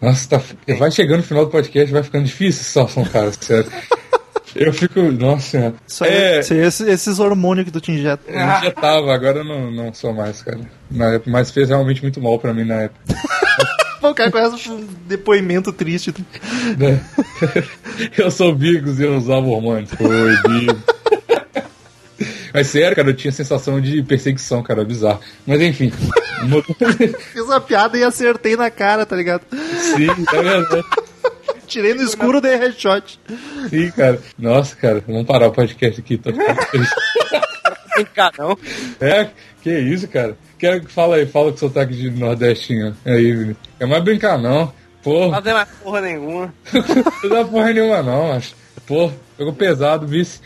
Speaker 1: Nossa, tá, vai chegando no final do podcast, vai ficando difícil essa situação, cara,
Speaker 3: <laughs>
Speaker 1: sério. Eu fico, nossa senhora.
Speaker 3: Isso aí,
Speaker 1: É.
Speaker 3: isso aí, esse- esses hormônios que tu te injeta.
Speaker 1: Eu já tava, agora eu não, não sou mais, cara. Na época, mas fez realmente muito mal pra mim na época.
Speaker 3: <laughs> Pô, o cara começa um depoimento triste. <laughs>
Speaker 1: né? <laughs> Eu sou Bigos e eu usava hormônios. Oi, Bigos. Mas sério, cara, eu tinha sensação de perseguição, cara, bizarro. Mas enfim. mo-
Speaker 3: Fiz uma piada e acertei na cara, tá ligado?
Speaker 1: <laughs> Sim, tá vendo?
Speaker 3: Tirei no escuro, dei headshot.
Speaker 1: Sim, cara. Nossa, cara, vamos parar o podcast aqui. tá? <laughs> Tô ficando triste.
Speaker 2: vem cá, não.
Speaker 1: É, que isso, cara. Quero que fala aí, fala com sotaque de nordestinho. Aí, Vini. é mais brincar, não. Porra,
Speaker 2: Fazer mais porra nenhuma.
Speaker 1: não dá porra nenhuma, não, acho. Porra, pegou pesado, vice.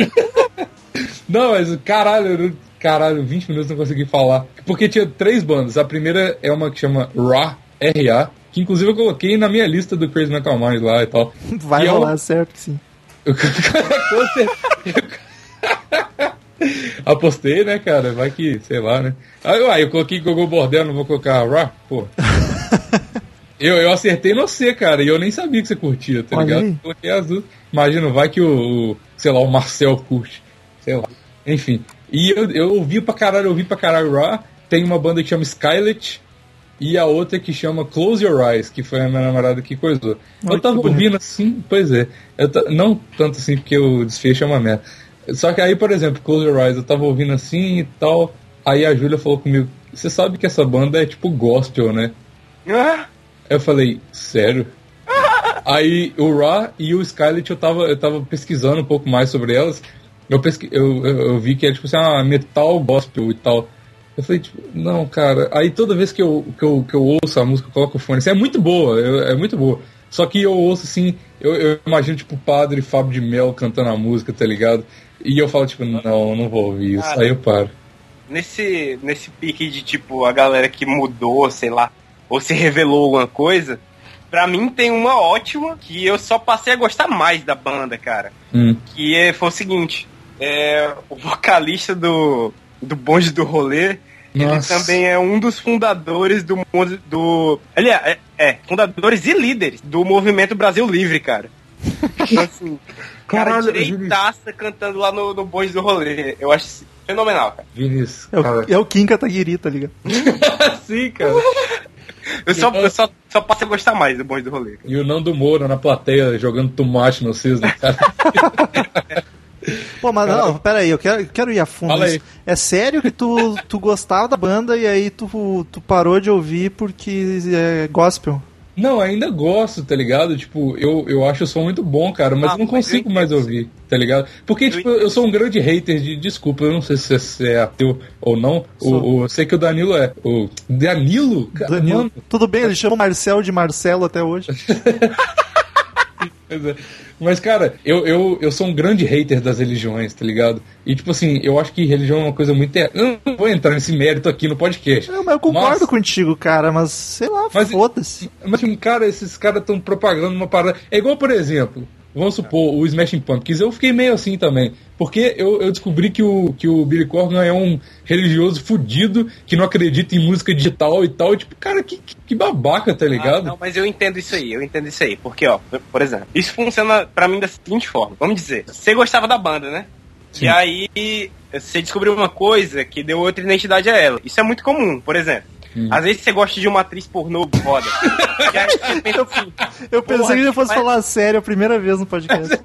Speaker 1: <laughs> Não, mas caralho, eu- caralho, 20 minutos eu não consegui falar. Porque tinha três bandas. A primeira é uma que chama Ra, R.A., que inclusive eu coloquei na minha lista do Crazy Metal Mind lá e tal.
Speaker 3: Vai
Speaker 1: E é uma-
Speaker 3: rolar certo que sim.
Speaker 1: Eu com certeza- Apostei, né, cara? Vai que, sei lá, né? Aí uai, eu coloquei Gogô Bordel, não vou colocar Ra, pô. Eu, eu acertei no C, cara, e eu nem sabia que você curtia, tá
Speaker 3: Olha
Speaker 1: ligado?
Speaker 3: aí.
Speaker 1: Coloquei as duas. Imagina, vai que o, o, sei lá, o Marcel curte. Sei lá. Enfim. E eu, eu ouvi pra caralho, eu ouvi pra caralho Ra. Tem uma banda que chama Skylet e a outra que chama Close Your Eyes, que foi a minha namorada que coisou.
Speaker 3: Olha
Speaker 1: eu
Speaker 3: que
Speaker 1: tava
Speaker 3: bonito.
Speaker 1: ouvindo assim, pois é. Eu ta- não tanto assim, porque o desfecho é uma merda. Só que aí, por exemplo, Close Your Eyes, eu tava ouvindo assim e tal. Aí a Júlia falou comigo: Você sabe que essa banda é tipo gospel, né?
Speaker 2: Ah,
Speaker 1: Aí Eu falei, sério? Aí o Ra e o Skylet eu tava, eu tava pesquisando um pouco mais sobre elas. Eu, pesqui, eu, eu, eu vi que era tipo assim, ah, metal gospel e tal. Eu falei, tipo, não, cara. Aí toda vez que eu, que eu, que eu ouço a música, eu coloco o fone. Assim, é muito boa, eu- é muito boa. Só que eu ouço assim, eu, eu imagino tipo o padre Fábio de Mel cantando a música, tá ligado? E eu falo, tipo, não, não vou ouvir isso.
Speaker 2: Cara.
Speaker 1: Aí eu paro.
Speaker 2: nesse, nesse pique de tipo a galera que mudou, sei lá, ou se revelou alguma coisa, pra mim tem uma ótima que eu só passei a gostar mais da banda, cara.
Speaker 1: Hum.
Speaker 2: Que é- foi o seguinte: é, o vocalista do, do Bonde do Rolê. Ele
Speaker 1: Nossa.
Speaker 2: também é um dos fundadores do. mo- do ele é, é, fundadores e líderes do movimento Brasil Livre, cara. Então, assim,
Speaker 1: <laughs>
Speaker 2: cara
Speaker 1: Caralho,
Speaker 2: direitaça cantando lá no, no bonde do rolê. Eu acho isso fenomenal, cara.
Speaker 1: Vinícius,
Speaker 3: É o,
Speaker 1: cara.
Speaker 3: é o Kim Kataguiri, tá ligado?
Speaker 1: Sim, cara.
Speaker 2: Eu só, eu só, só passo a gostar mais do bonde do rolê. cara.
Speaker 1: E o Nando Moura na plateia jogando tomate no cisne, cara.
Speaker 3: Pô, mas não, pera aí, eu quero, quero ir a fundo.
Speaker 1: Fala
Speaker 3: nisso.
Speaker 1: aí.
Speaker 3: É sério que tu, tu gostava da banda e aí tu, tu parou de ouvir porque é gospel?
Speaker 1: Não, ainda gosto, tá ligado? Tipo, eu, eu acho o som muito bom, cara, mas
Speaker 2: Ah,
Speaker 1: eu não
Speaker 2: mas eu
Speaker 1: consigo
Speaker 2: entendo.
Speaker 1: mais ouvir, tá ligado? Porque, tipo, eu sou um grande hater de desculpa, eu não sei se você é ateu ou não.
Speaker 3: Sou.
Speaker 1: O, o- eu sei que o Danilo é. O Danilo? Cara,
Speaker 3: Danilo.
Speaker 1: mano,
Speaker 3: Tudo bem, ele chama o Marcel de Marcelo até hoje.
Speaker 1: <laughs> Pois é. Mas, cara, eu, eu, eu sou um grande hater das religiões, tá ligado? E, tipo assim, eu acho que religião é uma coisa muito. er- Eu não vou entrar nesse mérito aqui no podcast.
Speaker 3: Não, mas eu concordo
Speaker 1: Mas-
Speaker 3: contigo, cara, mas sei lá,
Speaker 1: Mas-
Speaker 3: foda-se.
Speaker 1: assim, Mas, tipo, cara, esses caras estão propagando uma parada. É igual, por exemplo, Vamos supor, o Smashing Pumpkins, eu fiquei meio assim também. Porque eu, eu descobri que o, que o Billy Corgan é um religioso fudido que não acredita em música digital e tal. E, tipo, cara, que, que- que babaca, tá
Speaker 2: Ah,
Speaker 1: ligado?
Speaker 2: não, mas eu entendo isso aí, eu entendo isso aí. Porque, ó, por exemplo, isso funciona pra mim da seguinte forma. Vamos dizer, você gostava da banda, né?
Speaker 1: Sim.
Speaker 2: E aí você descobriu uma coisa que deu outra identidade a ela. Isso é muito comum, por exemplo.
Speaker 1: Hum.
Speaker 2: Às vezes você gosta de uma atriz pornô foda. e aí você pensa assim,
Speaker 3: Eu pensei
Speaker 2: Porra,
Speaker 3: que ele fosse
Speaker 2: mas-
Speaker 3: falar sério a primeira vez no podcast.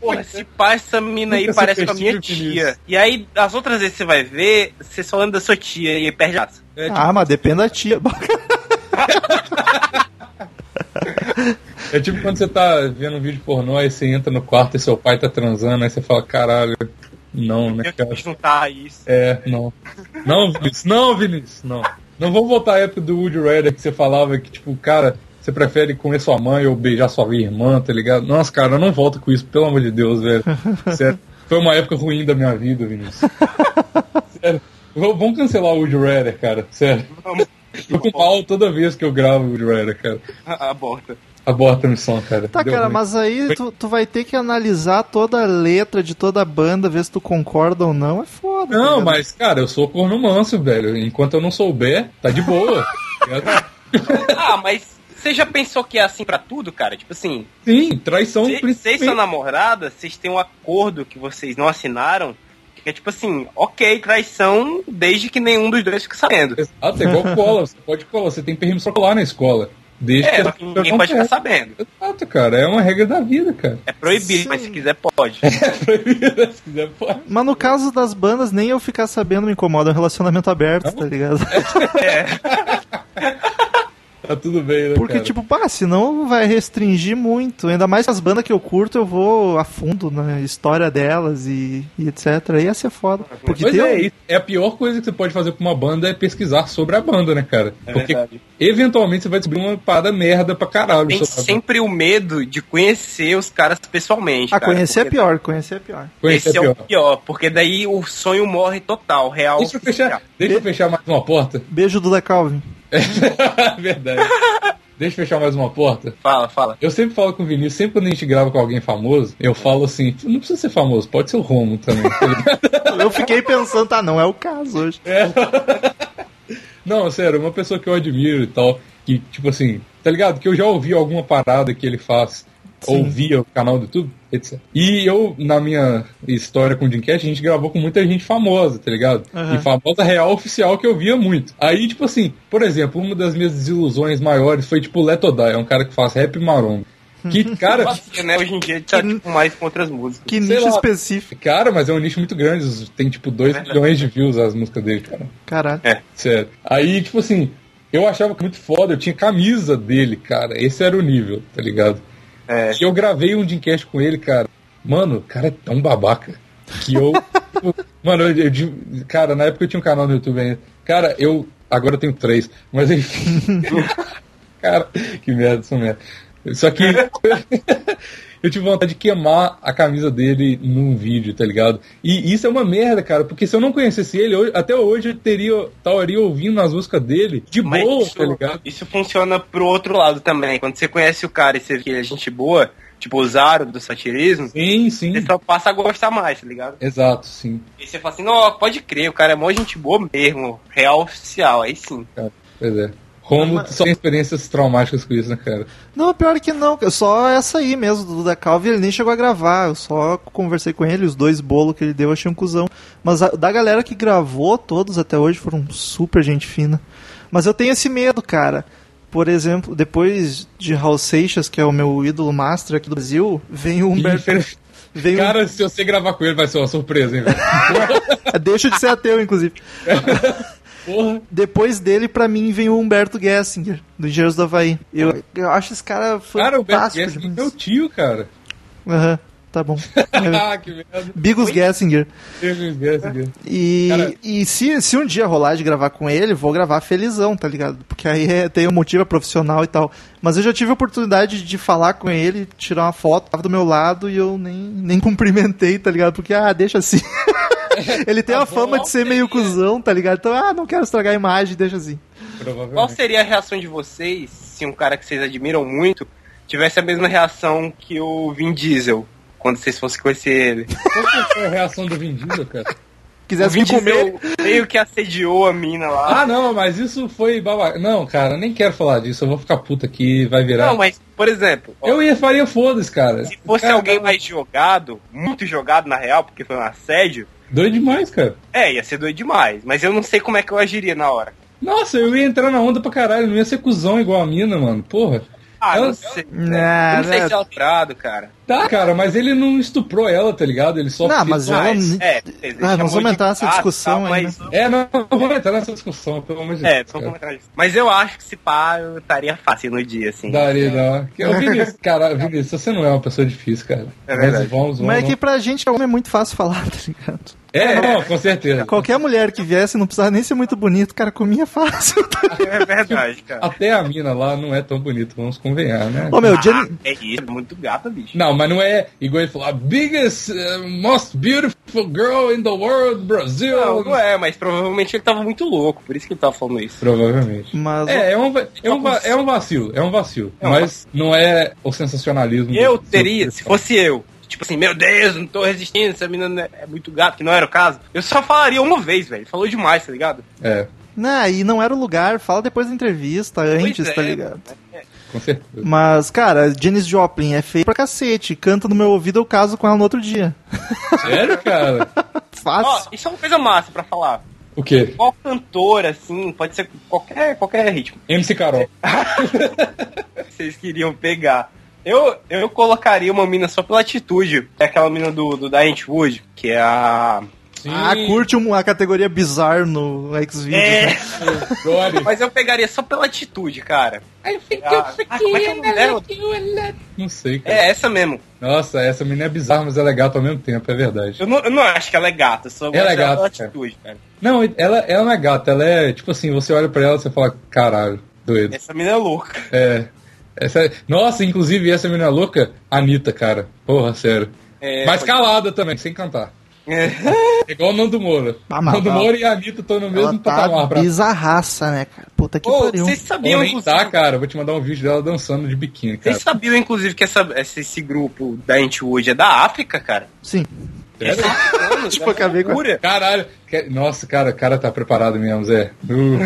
Speaker 2: Porra, se pá, essa mina aí
Speaker 1: Nunca tipo
Speaker 2: parece com a minha
Speaker 1: superestive
Speaker 2: tia.
Speaker 1: nisso.
Speaker 2: E aí, as outras vezes que você vai ver, você só anda da sua tia e perde a graça.
Speaker 1: É, tipo,
Speaker 3: <laughs> Ah, mas depende da tia.
Speaker 1: é tipo quando você tá vendo um vídeo pornô, aí você entra no quarto e seu pai tá transando, aí você fala, caralho, não, né,
Speaker 2: Eu
Speaker 1: cara?
Speaker 2: tenho que juntar isso. <laughs>
Speaker 1: É, não. Não, Vinícius, não, Vinícius, não. Não vamos voltar à época do Woody Rider que você falava que, tipo, cara, você prefere comer sua mãe ou beijar sua irmã, tá ligado? Nossa, cara, não volta com isso, pelo amor de Deus, velho. Sério. Foi uma época ruim da minha vida, Vinícius. Sério. V- Vamos cancelar o Woody Rider, cara, sério.
Speaker 2: Vamos.
Speaker 1: Tô com pau toda vez que eu gravo o Woody Rider, cara.
Speaker 2: Aborta.
Speaker 1: Aborta a missão, cara.
Speaker 3: Tá,
Speaker 1: Deu
Speaker 3: cara,
Speaker 1: ruim.
Speaker 3: mas aí tu, tu vai ter que analisar toda a letra de toda a banda, ver se tu concorda ou não. É foda. tá
Speaker 1: Não,
Speaker 3: ligado?
Speaker 1: mas, cara, eu sou corno manso, velho. Enquanto eu não souber, tá de boa. tá ligado?
Speaker 2: Ah, mas você já pensou que é assim pra tudo, cara? Tipo assim,
Speaker 1: Sim, traição
Speaker 2: cê- vocês são
Speaker 1: principalmente.
Speaker 2: namoradas, vocês têm um acordo que vocês não assinaram. Que é tipo assim, ok, traição, desde que nenhum dos dois fica sabendo.
Speaker 1: Exato, é igual cola. Você pode colar, você tem permissão pra colar na escola. Desde
Speaker 2: É,
Speaker 1: que
Speaker 2: só que ninguém pode ficar sabendo.
Speaker 1: Exato, cara. É uma regra da vida, cara.
Speaker 2: É proibido,
Speaker 3: Sim.
Speaker 2: mas se quiser, pode.
Speaker 1: É
Speaker 2: <laughs>
Speaker 1: Se quiser, pode.
Speaker 3: Mas no caso das bandas, nem eu ficar sabendo me incomoda. É um relacionamento aberto, tá ligado?
Speaker 1: Tá tudo bem, né,
Speaker 3: Porque,
Speaker 1: cara?
Speaker 3: tipo, pá, senão vai restringir muito. Ainda mais que as bandas que eu curto, eu vou a fundo na história delas e, e etc. Aí ia ser foda. Porque
Speaker 1: Pois
Speaker 3: tem
Speaker 1: é,
Speaker 3: um-
Speaker 1: isso. é a pior coisa que você pode fazer pra uma banda é pesquisar sobre a banda, né, cara?
Speaker 2: É
Speaker 1: Porque
Speaker 2: verdade.
Speaker 1: eventualmente você vai descobrir uma parada merda pra caralho.
Speaker 2: Tem
Speaker 1: sobre a banda.
Speaker 2: sempre o medo de conhecer os caras pessoalmente.
Speaker 3: Ah,
Speaker 2: cara,
Speaker 3: conhecer é
Speaker 2: porque-
Speaker 3: pior, conhecer é pior.
Speaker 1: Conhecer
Speaker 2: Esse
Speaker 1: é
Speaker 2: é o
Speaker 1: pior.
Speaker 2: pior, porque daí o sonho morre total, real.
Speaker 1: Deixa eu, fechar, deixa eu fechar mais uma porta. <laughs> É
Speaker 3: Beijo do Da Calvin.
Speaker 2: <laughs>
Speaker 1: Verdade. Deixa eu fechar mais uma porta.
Speaker 2: Fala, fala.
Speaker 1: Eu sempre falo com o Vinícius, sempre quando a gente grava com alguém famoso, eu falo assim, não precisa ser famoso, pode ser o Romo também. tá ligado?
Speaker 3: Eu fiquei pensando, tá, não é o caso hoje.
Speaker 1: Não, sério, é uma pessoa que eu admiro e tal, que, tipo assim, tá ligado? Que eu já ouvi alguma parada que ele faz, ou via o canal do YouTube, etc. E eu, na minha história com o Dreamcast, a gente gravou com muita gente famosa, tá ligado?
Speaker 3: Aham.
Speaker 1: E famosa real oficial que eu via muito. Aí, tipo assim, por exemplo, uma das minhas desilusões maiores foi, tipo, o Letodai, é um cara que faz rap maromba. Que, cara,
Speaker 2: Assim, né, hoje em dia tá tipo, mais com outras músicas.
Speaker 3: Que
Speaker 1: Sei
Speaker 3: nicho
Speaker 1: lá.
Speaker 3: específico,
Speaker 1: cara, mas é um nicho muito grande, tem, tipo, 2
Speaker 2: Verdade.
Speaker 1: milhões de views as músicas dele, cara.
Speaker 3: caralho.
Speaker 1: É. Sério. Aí, tipo assim, eu achava muito foda, eu tinha camisa dele, cara. Esse era o nível, tá ligado?
Speaker 2: É.
Speaker 1: E eu gravei um Dreamcast com ele, cara. Mano, o cara é tão babaca que eu. tipo, mano, eu, eu de- Cara, na época eu tinha um canal no YouTube ainda. Cara, eu. Agora eu tenho três, mas enfim. <laughs> cara, que merda, sou merda. Só que. <laughs> Eu tive vontade de queimar a camisa dele num vídeo, tá ligado? E isso é uma merda, cara, porque se eu não conhecesse ele, eu- até hoje eu teria, estaria ouvindo as músicas dele de
Speaker 2: Mas
Speaker 1: boa,
Speaker 2: isso,
Speaker 1: tá ligado?
Speaker 2: isso funciona pro outro lado também. Quando você conhece o cara e você vê que ele é gente boa, tipo o Zaro do satirismo,
Speaker 1: Sim, sim.
Speaker 2: você só passa a gostar mais, tá ligado?
Speaker 1: Exato, sim.
Speaker 2: E você fala assim, não, pode crer, o cara é mó gente boa mesmo, real oficial, aí sim.
Speaker 1: Pois é. Romulo só tem experiências traumáticas com isso, né, cara?
Speaker 3: Não, pior que não, só essa aí mesmo, do da Calvi, ele nem chegou a gravar, eu só conversei com ele, os dois bolos que ele deu, eu achei um cuzão. Mas a- da galera que gravou, todos até hoje foram super gente fina. Mas eu tenho esse medo, cara. Por exemplo, depois de Raul Seixas, que é o meu ídolo master aqui do Brasil, vem o Humberto... um- Vem o-
Speaker 1: Cara, se você gravar com ele vai ser uma surpresa, hein, velho?
Speaker 3: <laughs> Deixa de ser ateu, inclusive.
Speaker 1: Porra.
Speaker 3: Depois dele, pra mim, vem o Humberto Gessinger, do Engenheiros do Havaí. Eu, eu acho esse cara
Speaker 1: Cara, o Beto
Speaker 3: fantástico.
Speaker 1: Guess é
Speaker 3: demais.
Speaker 1: meu tio, cara.
Speaker 3: Aham, tá bom.
Speaker 1: Ah, que merda.
Speaker 3: Bigos Gessinger.
Speaker 1: Deus me esquece, Deus.
Speaker 3: E,
Speaker 1: Cara-
Speaker 3: e se, se um dia rolar de gravar com ele, vou gravar felizão, tá ligado? Porque aí é- tem um motivo é profissional e tal. Mas eu já tive a oportunidade de falar com ele, tirar uma foto, tava do meu lado e eu nem, nem <laughs> cumprimentei, tá ligado? Porque, ah, deixa assim. <laughs> ele tem a fama de ser meio cuzão, tá ligado? Então, ah, não quero estragar a imagem, deixa assim.
Speaker 2: Qual
Speaker 1: É. Provavelmente.
Speaker 2: seria a reação de vocês se um cara que vocês admiram muito tivesse a mesma reação que o Vin Diesel quando vocês fossem conhecer ele.
Speaker 1: Qual que foi a reação do Vin Diesel, cara?
Speaker 2: O
Speaker 3: Quisesse
Speaker 2: Vin
Speaker 3: me comer.
Speaker 2: Diesel meio que assediou a mina lá.
Speaker 1: Ah, não, mas isso foi babaca. Não, cara, nem quero falar disso. Eu vou ficar puta aqui, vai virar.
Speaker 2: Não, mas, por exemplo, ó,
Speaker 1: Eu ia faria foda-se, cara.
Speaker 2: se fosse
Speaker 1: Cara,
Speaker 2: alguém mais jogado, muito jogado na real, porque foi um assédio,
Speaker 1: Doido demais, cara.
Speaker 2: é, ia ser doido demais. Mas eu não sei como é que eu agiria na hora.
Speaker 1: Nossa, eu ia entrar na onda pra caralho. Não ia ser cuzão igual a mina, mano. Porra.
Speaker 2: Ah,
Speaker 1: Eu-
Speaker 2: não sei.
Speaker 3: Não,
Speaker 2: eu não sei
Speaker 3: não.
Speaker 2: se é alterado, cara.
Speaker 1: Tá, cara, mas ele não estuprou ela, tá ligado? Ele só.
Speaker 3: Não,
Speaker 1: fez-
Speaker 3: mas ela.
Speaker 2: Mas,
Speaker 3: ni-
Speaker 2: é, vocês
Speaker 3: Ah, vamos
Speaker 2: chamam de
Speaker 3: aumentar essa
Speaker 2: gato e
Speaker 3: discussão
Speaker 2: tal,
Speaker 3: aí, né?
Speaker 2: mas-
Speaker 1: É, não, não vou entrar nessa discussão, pelo amor de
Speaker 2: É,
Speaker 1: Deus.
Speaker 2: só um
Speaker 1: cara.
Speaker 2: comentário. Mas eu acho que se pá, eu estaria fácil no dia, assim.
Speaker 1: Daria, não. Ô, Vinícius, cara, Vinícius, você não é uma pessoa difícil, cara.
Speaker 2: É verdade.
Speaker 1: Mas vamos, vamos.
Speaker 3: Mas é que pra gente que é homem é muito fácil falar, <laughs> tá ligado?
Speaker 1: É, não, com certeza.
Speaker 3: Qualquer mulher que viesse não precisava nem ser muito bonito, cara, comia fácil. <laughs> tá
Speaker 2: É verdade, cara.
Speaker 1: Até a mina lá não é tão bonita, vamos convenhar, né?
Speaker 3: Ô meu,
Speaker 2: Ah,
Speaker 3: Jenny,
Speaker 2: é isso, é muito gata, bicho.
Speaker 1: Não, mas não é igual ele falou, a biggest, uh, most beautiful girl in the world, Brasil.
Speaker 2: Não, não é, mas provavelmente ele tava muito louco, por isso que ele tava falando isso.
Speaker 1: Provavelmente.
Speaker 3: mas
Speaker 1: É, é um, va- é, um, va- é um vacilo, é um vacilo. mas não é o sensacionalismo.
Speaker 2: Eu
Speaker 1: do-
Speaker 2: teria,
Speaker 1: do-
Speaker 2: se fosse eu, tipo assim, meu Deus, não tô resistindo, essa menina não é- é muito gata, que não era o caso, eu só falaria uma vez, velho. Falou demais, tá ligado?
Speaker 1: É,
Speaker 3: né, e não era o lugar, fala depois da entrevista, antes,
Speaker 2: Pois é,
Speaker 3: tá ligado?
Speaker 1: com certeza.
Speaker 3: Mas, cara, Janis Joplin é feio pra cacete, canta no meu ouvido, eu caso com ela no outro dia.
Speaker 1: Sério,
Speaker 3: <laughs>
Speaker 1: cara?
Speaker 2: Ó,
Speaker 3: Fácil.
Speaker 2: isso é uma coisa massa pra falar.
Speaker 1: O quê?
Speaker 2: Qual cantor, assim, pode ser qualquer, qualquer ritmo
Speaker 1: MC Carol.
Speaker 2: que vocês queriam pegar. Eu, eu colocaria uma mina só pela atitude. É aquela mina do, do da Wood, que é a.
Speaker 1: Sim,
Speaker 3: Ah, curte uma, a categoria bizarro no Xvideos,
Speaker 2: É,
Speaker 3: né?
Speaker 1: Dori.
Speaker 2: <laughs> Mas eu pegaria só pela atitude, cara. Ah, ah, como é que é o nome dela?
Speaker 1: Não sei, cara.
Speaker 2: É, essa mesmo.
Speaker 1: Nossa, essa menina é bizarra, mas ela é gata ao mesmo tempo, é verdade.
Speaker 2: Eu não, eu não acho que ela é gata, eu só gosto
Speaker 1: Ela é
Speaker 2: dela
Speaker 1: gata,
Speaker 2: pela
Speaker 1: cara.
Speaker 2: atitude, cara.
Speaker 1: Não, ela, ela não é gata, ela é tipo assim, você olha pra ela e você fala, caralho, doido.
Speaker 2: Essa mina é louca.
Speaker 1: É. Essa- nossa, inclusive essa menina louca, Anitta, cara. Porra, sério.
Speaker 2: É,
Speaker 1: Mas
Speaker 2: pode-
Speaker 1: calada também, sem cantar. É igual o Nando Moura.
Speaker 3: Ah, mas
Speaker 1: Nando
Speaker 3: tá.
Speaker 1: Moura e a Anitta estão no
Speaker 3: Ela
Speaker 1: mesmo
Speaker 3: tá
Speaker 1: patamar pra
Speaker 3: bizarraça, né, cara? Puta que
Speaker 2: Ô,
Speaker 3: pariu.
Speaker 2: vocês
Speaker 1: Ou
Speaker 2: sabiam,
Speaker 1: nem
Speaker 2: inclusive,
Speaker 1: tá, cara. Vou te mandar um vídeo dela dançando de biquíni, cara.
Speaker 2: vocês sabiam, inclusive, que essa, esse, esse grupo da Antwood é da África, cara? é um
Speaker 3: Sim.
Speaker 1: Sério? <laughs>
Speaker 3: Tipo, acabei com
Speaker 2: Cura.
Speaker 1: Caralho. Que- Nossa, cara, o cara tá preparado mesmo, Zé. Uh,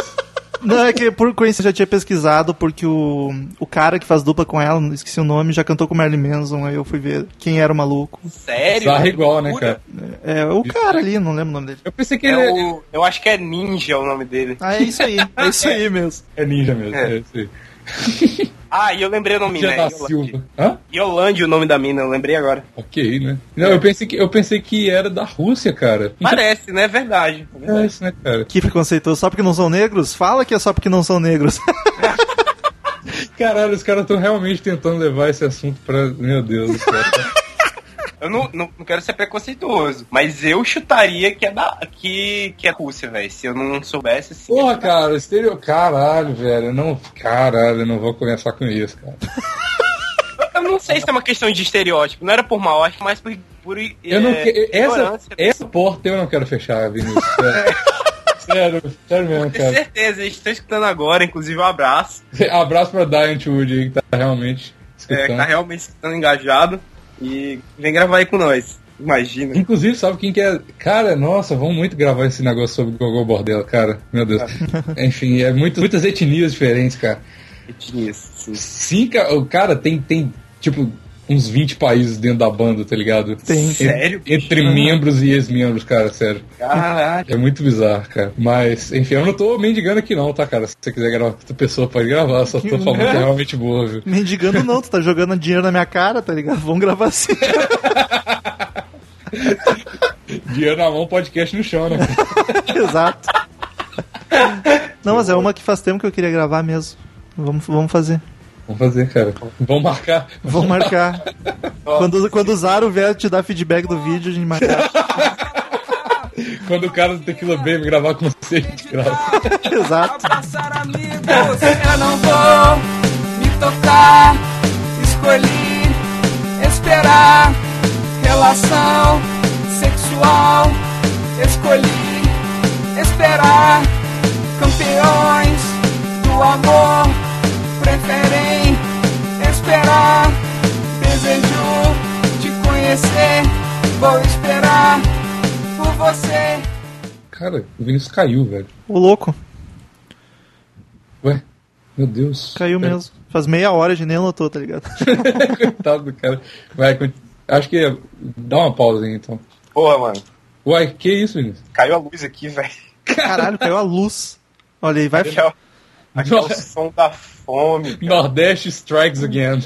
Speaker 1: isso.
Speaker 3: Não, é que por coincidência eu já tinha pesquisado, porque o, o cara que faz dupla com ela, não esqueci o nome, já cantou com o Marilyn Manson, aí eu fui ver quem era o maluco.
Speaker 2: Sério?
Speaker 1: Sarra igual, né,
Speaker 2: Cura.
Speaker 1: cara?
Speaker 3: É, o cara ali, não lembro o nome dele.
Speaker 1: Eu pensei que
Speaker 2: É
Speaker 1: ele é,
Speaker 2: o- eu acho que é Ninja o nome dele.
Speaker 3: Ah, é isso aí. É isso aí mesmo.
Speaker 1: é ninja mesmo.
Speaker 2: É.
Speaker 1: É. isso aí.
Speaker 2: Ah, e eu lembrei o nome
Speaker 1: Ninja
Speaker 2: dela.
Speaker 1: da Silva. Hã?
Speaker 2: Yolande, o nome da mina, eu lembrei agora.
Speaker 1: Ok, né? Não, eu pensei que, eu pensei que era da Rússia, cara.
Speaker 2: Parece, né? É verdade. É
Speaker 1: É
Speaker 2: verdade.
Speaker 1: isso, né, cara?
Speaker 3: Que preconceituoso. Só porque não são negros? Fala que é só porque não são negros. <laughs>
Speaker 1: Caralho, os caras estão realmente tentando levar esse assunto pra. Meu Deus do céu.
Speaker 2: <laughs> Eu não, não, não quero ser preconceituoso, mas eu chutaria que é da que, que é Rússia, velho. Se eu não soubesse, assim.
Speaker 1: Porra, cara, estereo. Caralho, velho. eu Não... Caralho, eu não vou começar com isso, cara.
Speaker 2: Eu não sei se é uma questão de estereótipo. Não era por mal, acho que mais por. por
Speaker 1: Eu não
Speaker 2: é,
Speaker 1: que... essa,
Speaker 2: ignorância.
Speaker 1: essa porta eu não quero fechar, Vinícius.
Speaker 2: <laughs>
Speaker 1: Sério, sério, sério mesmo,
Speaker 2: Tenho
Speaker 1: cara.
Speaker 2: certeza, eles estão escutando agora, inclusive um abraço.
Speaker 1: Abraço pra Diant Wood aí, que tá realmente
Speaker 2: É, que tá
Speaker 1: escutando.
Speaker 2: realmente escutando engajado. E vem gravar aí com nós. Imagina.
Speaker 1: Inclusive, sabe quem que é? Cara, nossa, vamos muito gravar esse negócio sobre Gogol Bordel, cara. Meu Deus. Enfim, é muito, muitas etnias diferentes, cara.
Speaker 2: Etnias, sim.
Speaker 1: Sim, ca- o cara tem, tem tipo uns 20 países dentro da banda, tá ligado?
Speaker 3: Tem.
Speaker 1: En-
Speaker 2: Sério, bicho?
Speaker 1: Entre membros e ex-membros, cara, sério.
Speaker 2: Caralho.
Speaker 1: É muito bizarro, cara. Mas, enfim, eu não tô mendigando aqui não, tá, cara? Se você quiser gravar com outra pessoa, pode gravar. Só tô falando que é realmente boa, viu?
Speaker 3: Mendigando não, tu tá jogando dinheiro na minha cara, tá ligado? Vamos gravar assim. <laughs>
Speaker 1: Dinheiro na mão, podcast no chão, né?
Speaker 3: Exato. Não, mas é uma que faz tempo que eu queria gravar mesmo. Vamos, vamos fazer.
Speaker 1: Vamos fazer, cara. Vamos marcar. <laughs>
Speaker 3: Vou marcar. Quando, quando o Zaro vier te dar feedback do vídeo, a gente marca.
Speaker 1: Quando o cara do Tequila Baby gravar com você, grava.
Speaker 3: Exato.
Speaker 5: Abraçar amigos, eu não vou me tocar. Escolhi esperar relação sexual. Escolhi esperar campeões do amor. Preferem esperar. Desejo te conhecer. Vou esperar por você.
Speaker 1: Cara, o Vinícius caiu, velho.
Speaker 3: O louco,
Speaker 1: Ué, meu Deus. Tá
Speaker 3: caiu
Speaker 1: Pera-
Speaker 3: mesmo. Faz meia hora de nem notou, tá ligado? <laughs>
Speaker 1: Coitado do cara. Vai, con- acho que é, dá uma pausa aí então.
Speaker 2: Porra, mano.
Speaker 1: Uai, que isso, Vinícius?
Speaker 2: Caiu a luz aqui, velho.
Speaker 3: Caralho, caiu a luz. Olha aí, vai.
Speaker 2: Aqui é o- aqui é o
Speaker 1: Nossa.
Speaker 2: som da fome.
Speaker 1: Nordeste strikes again.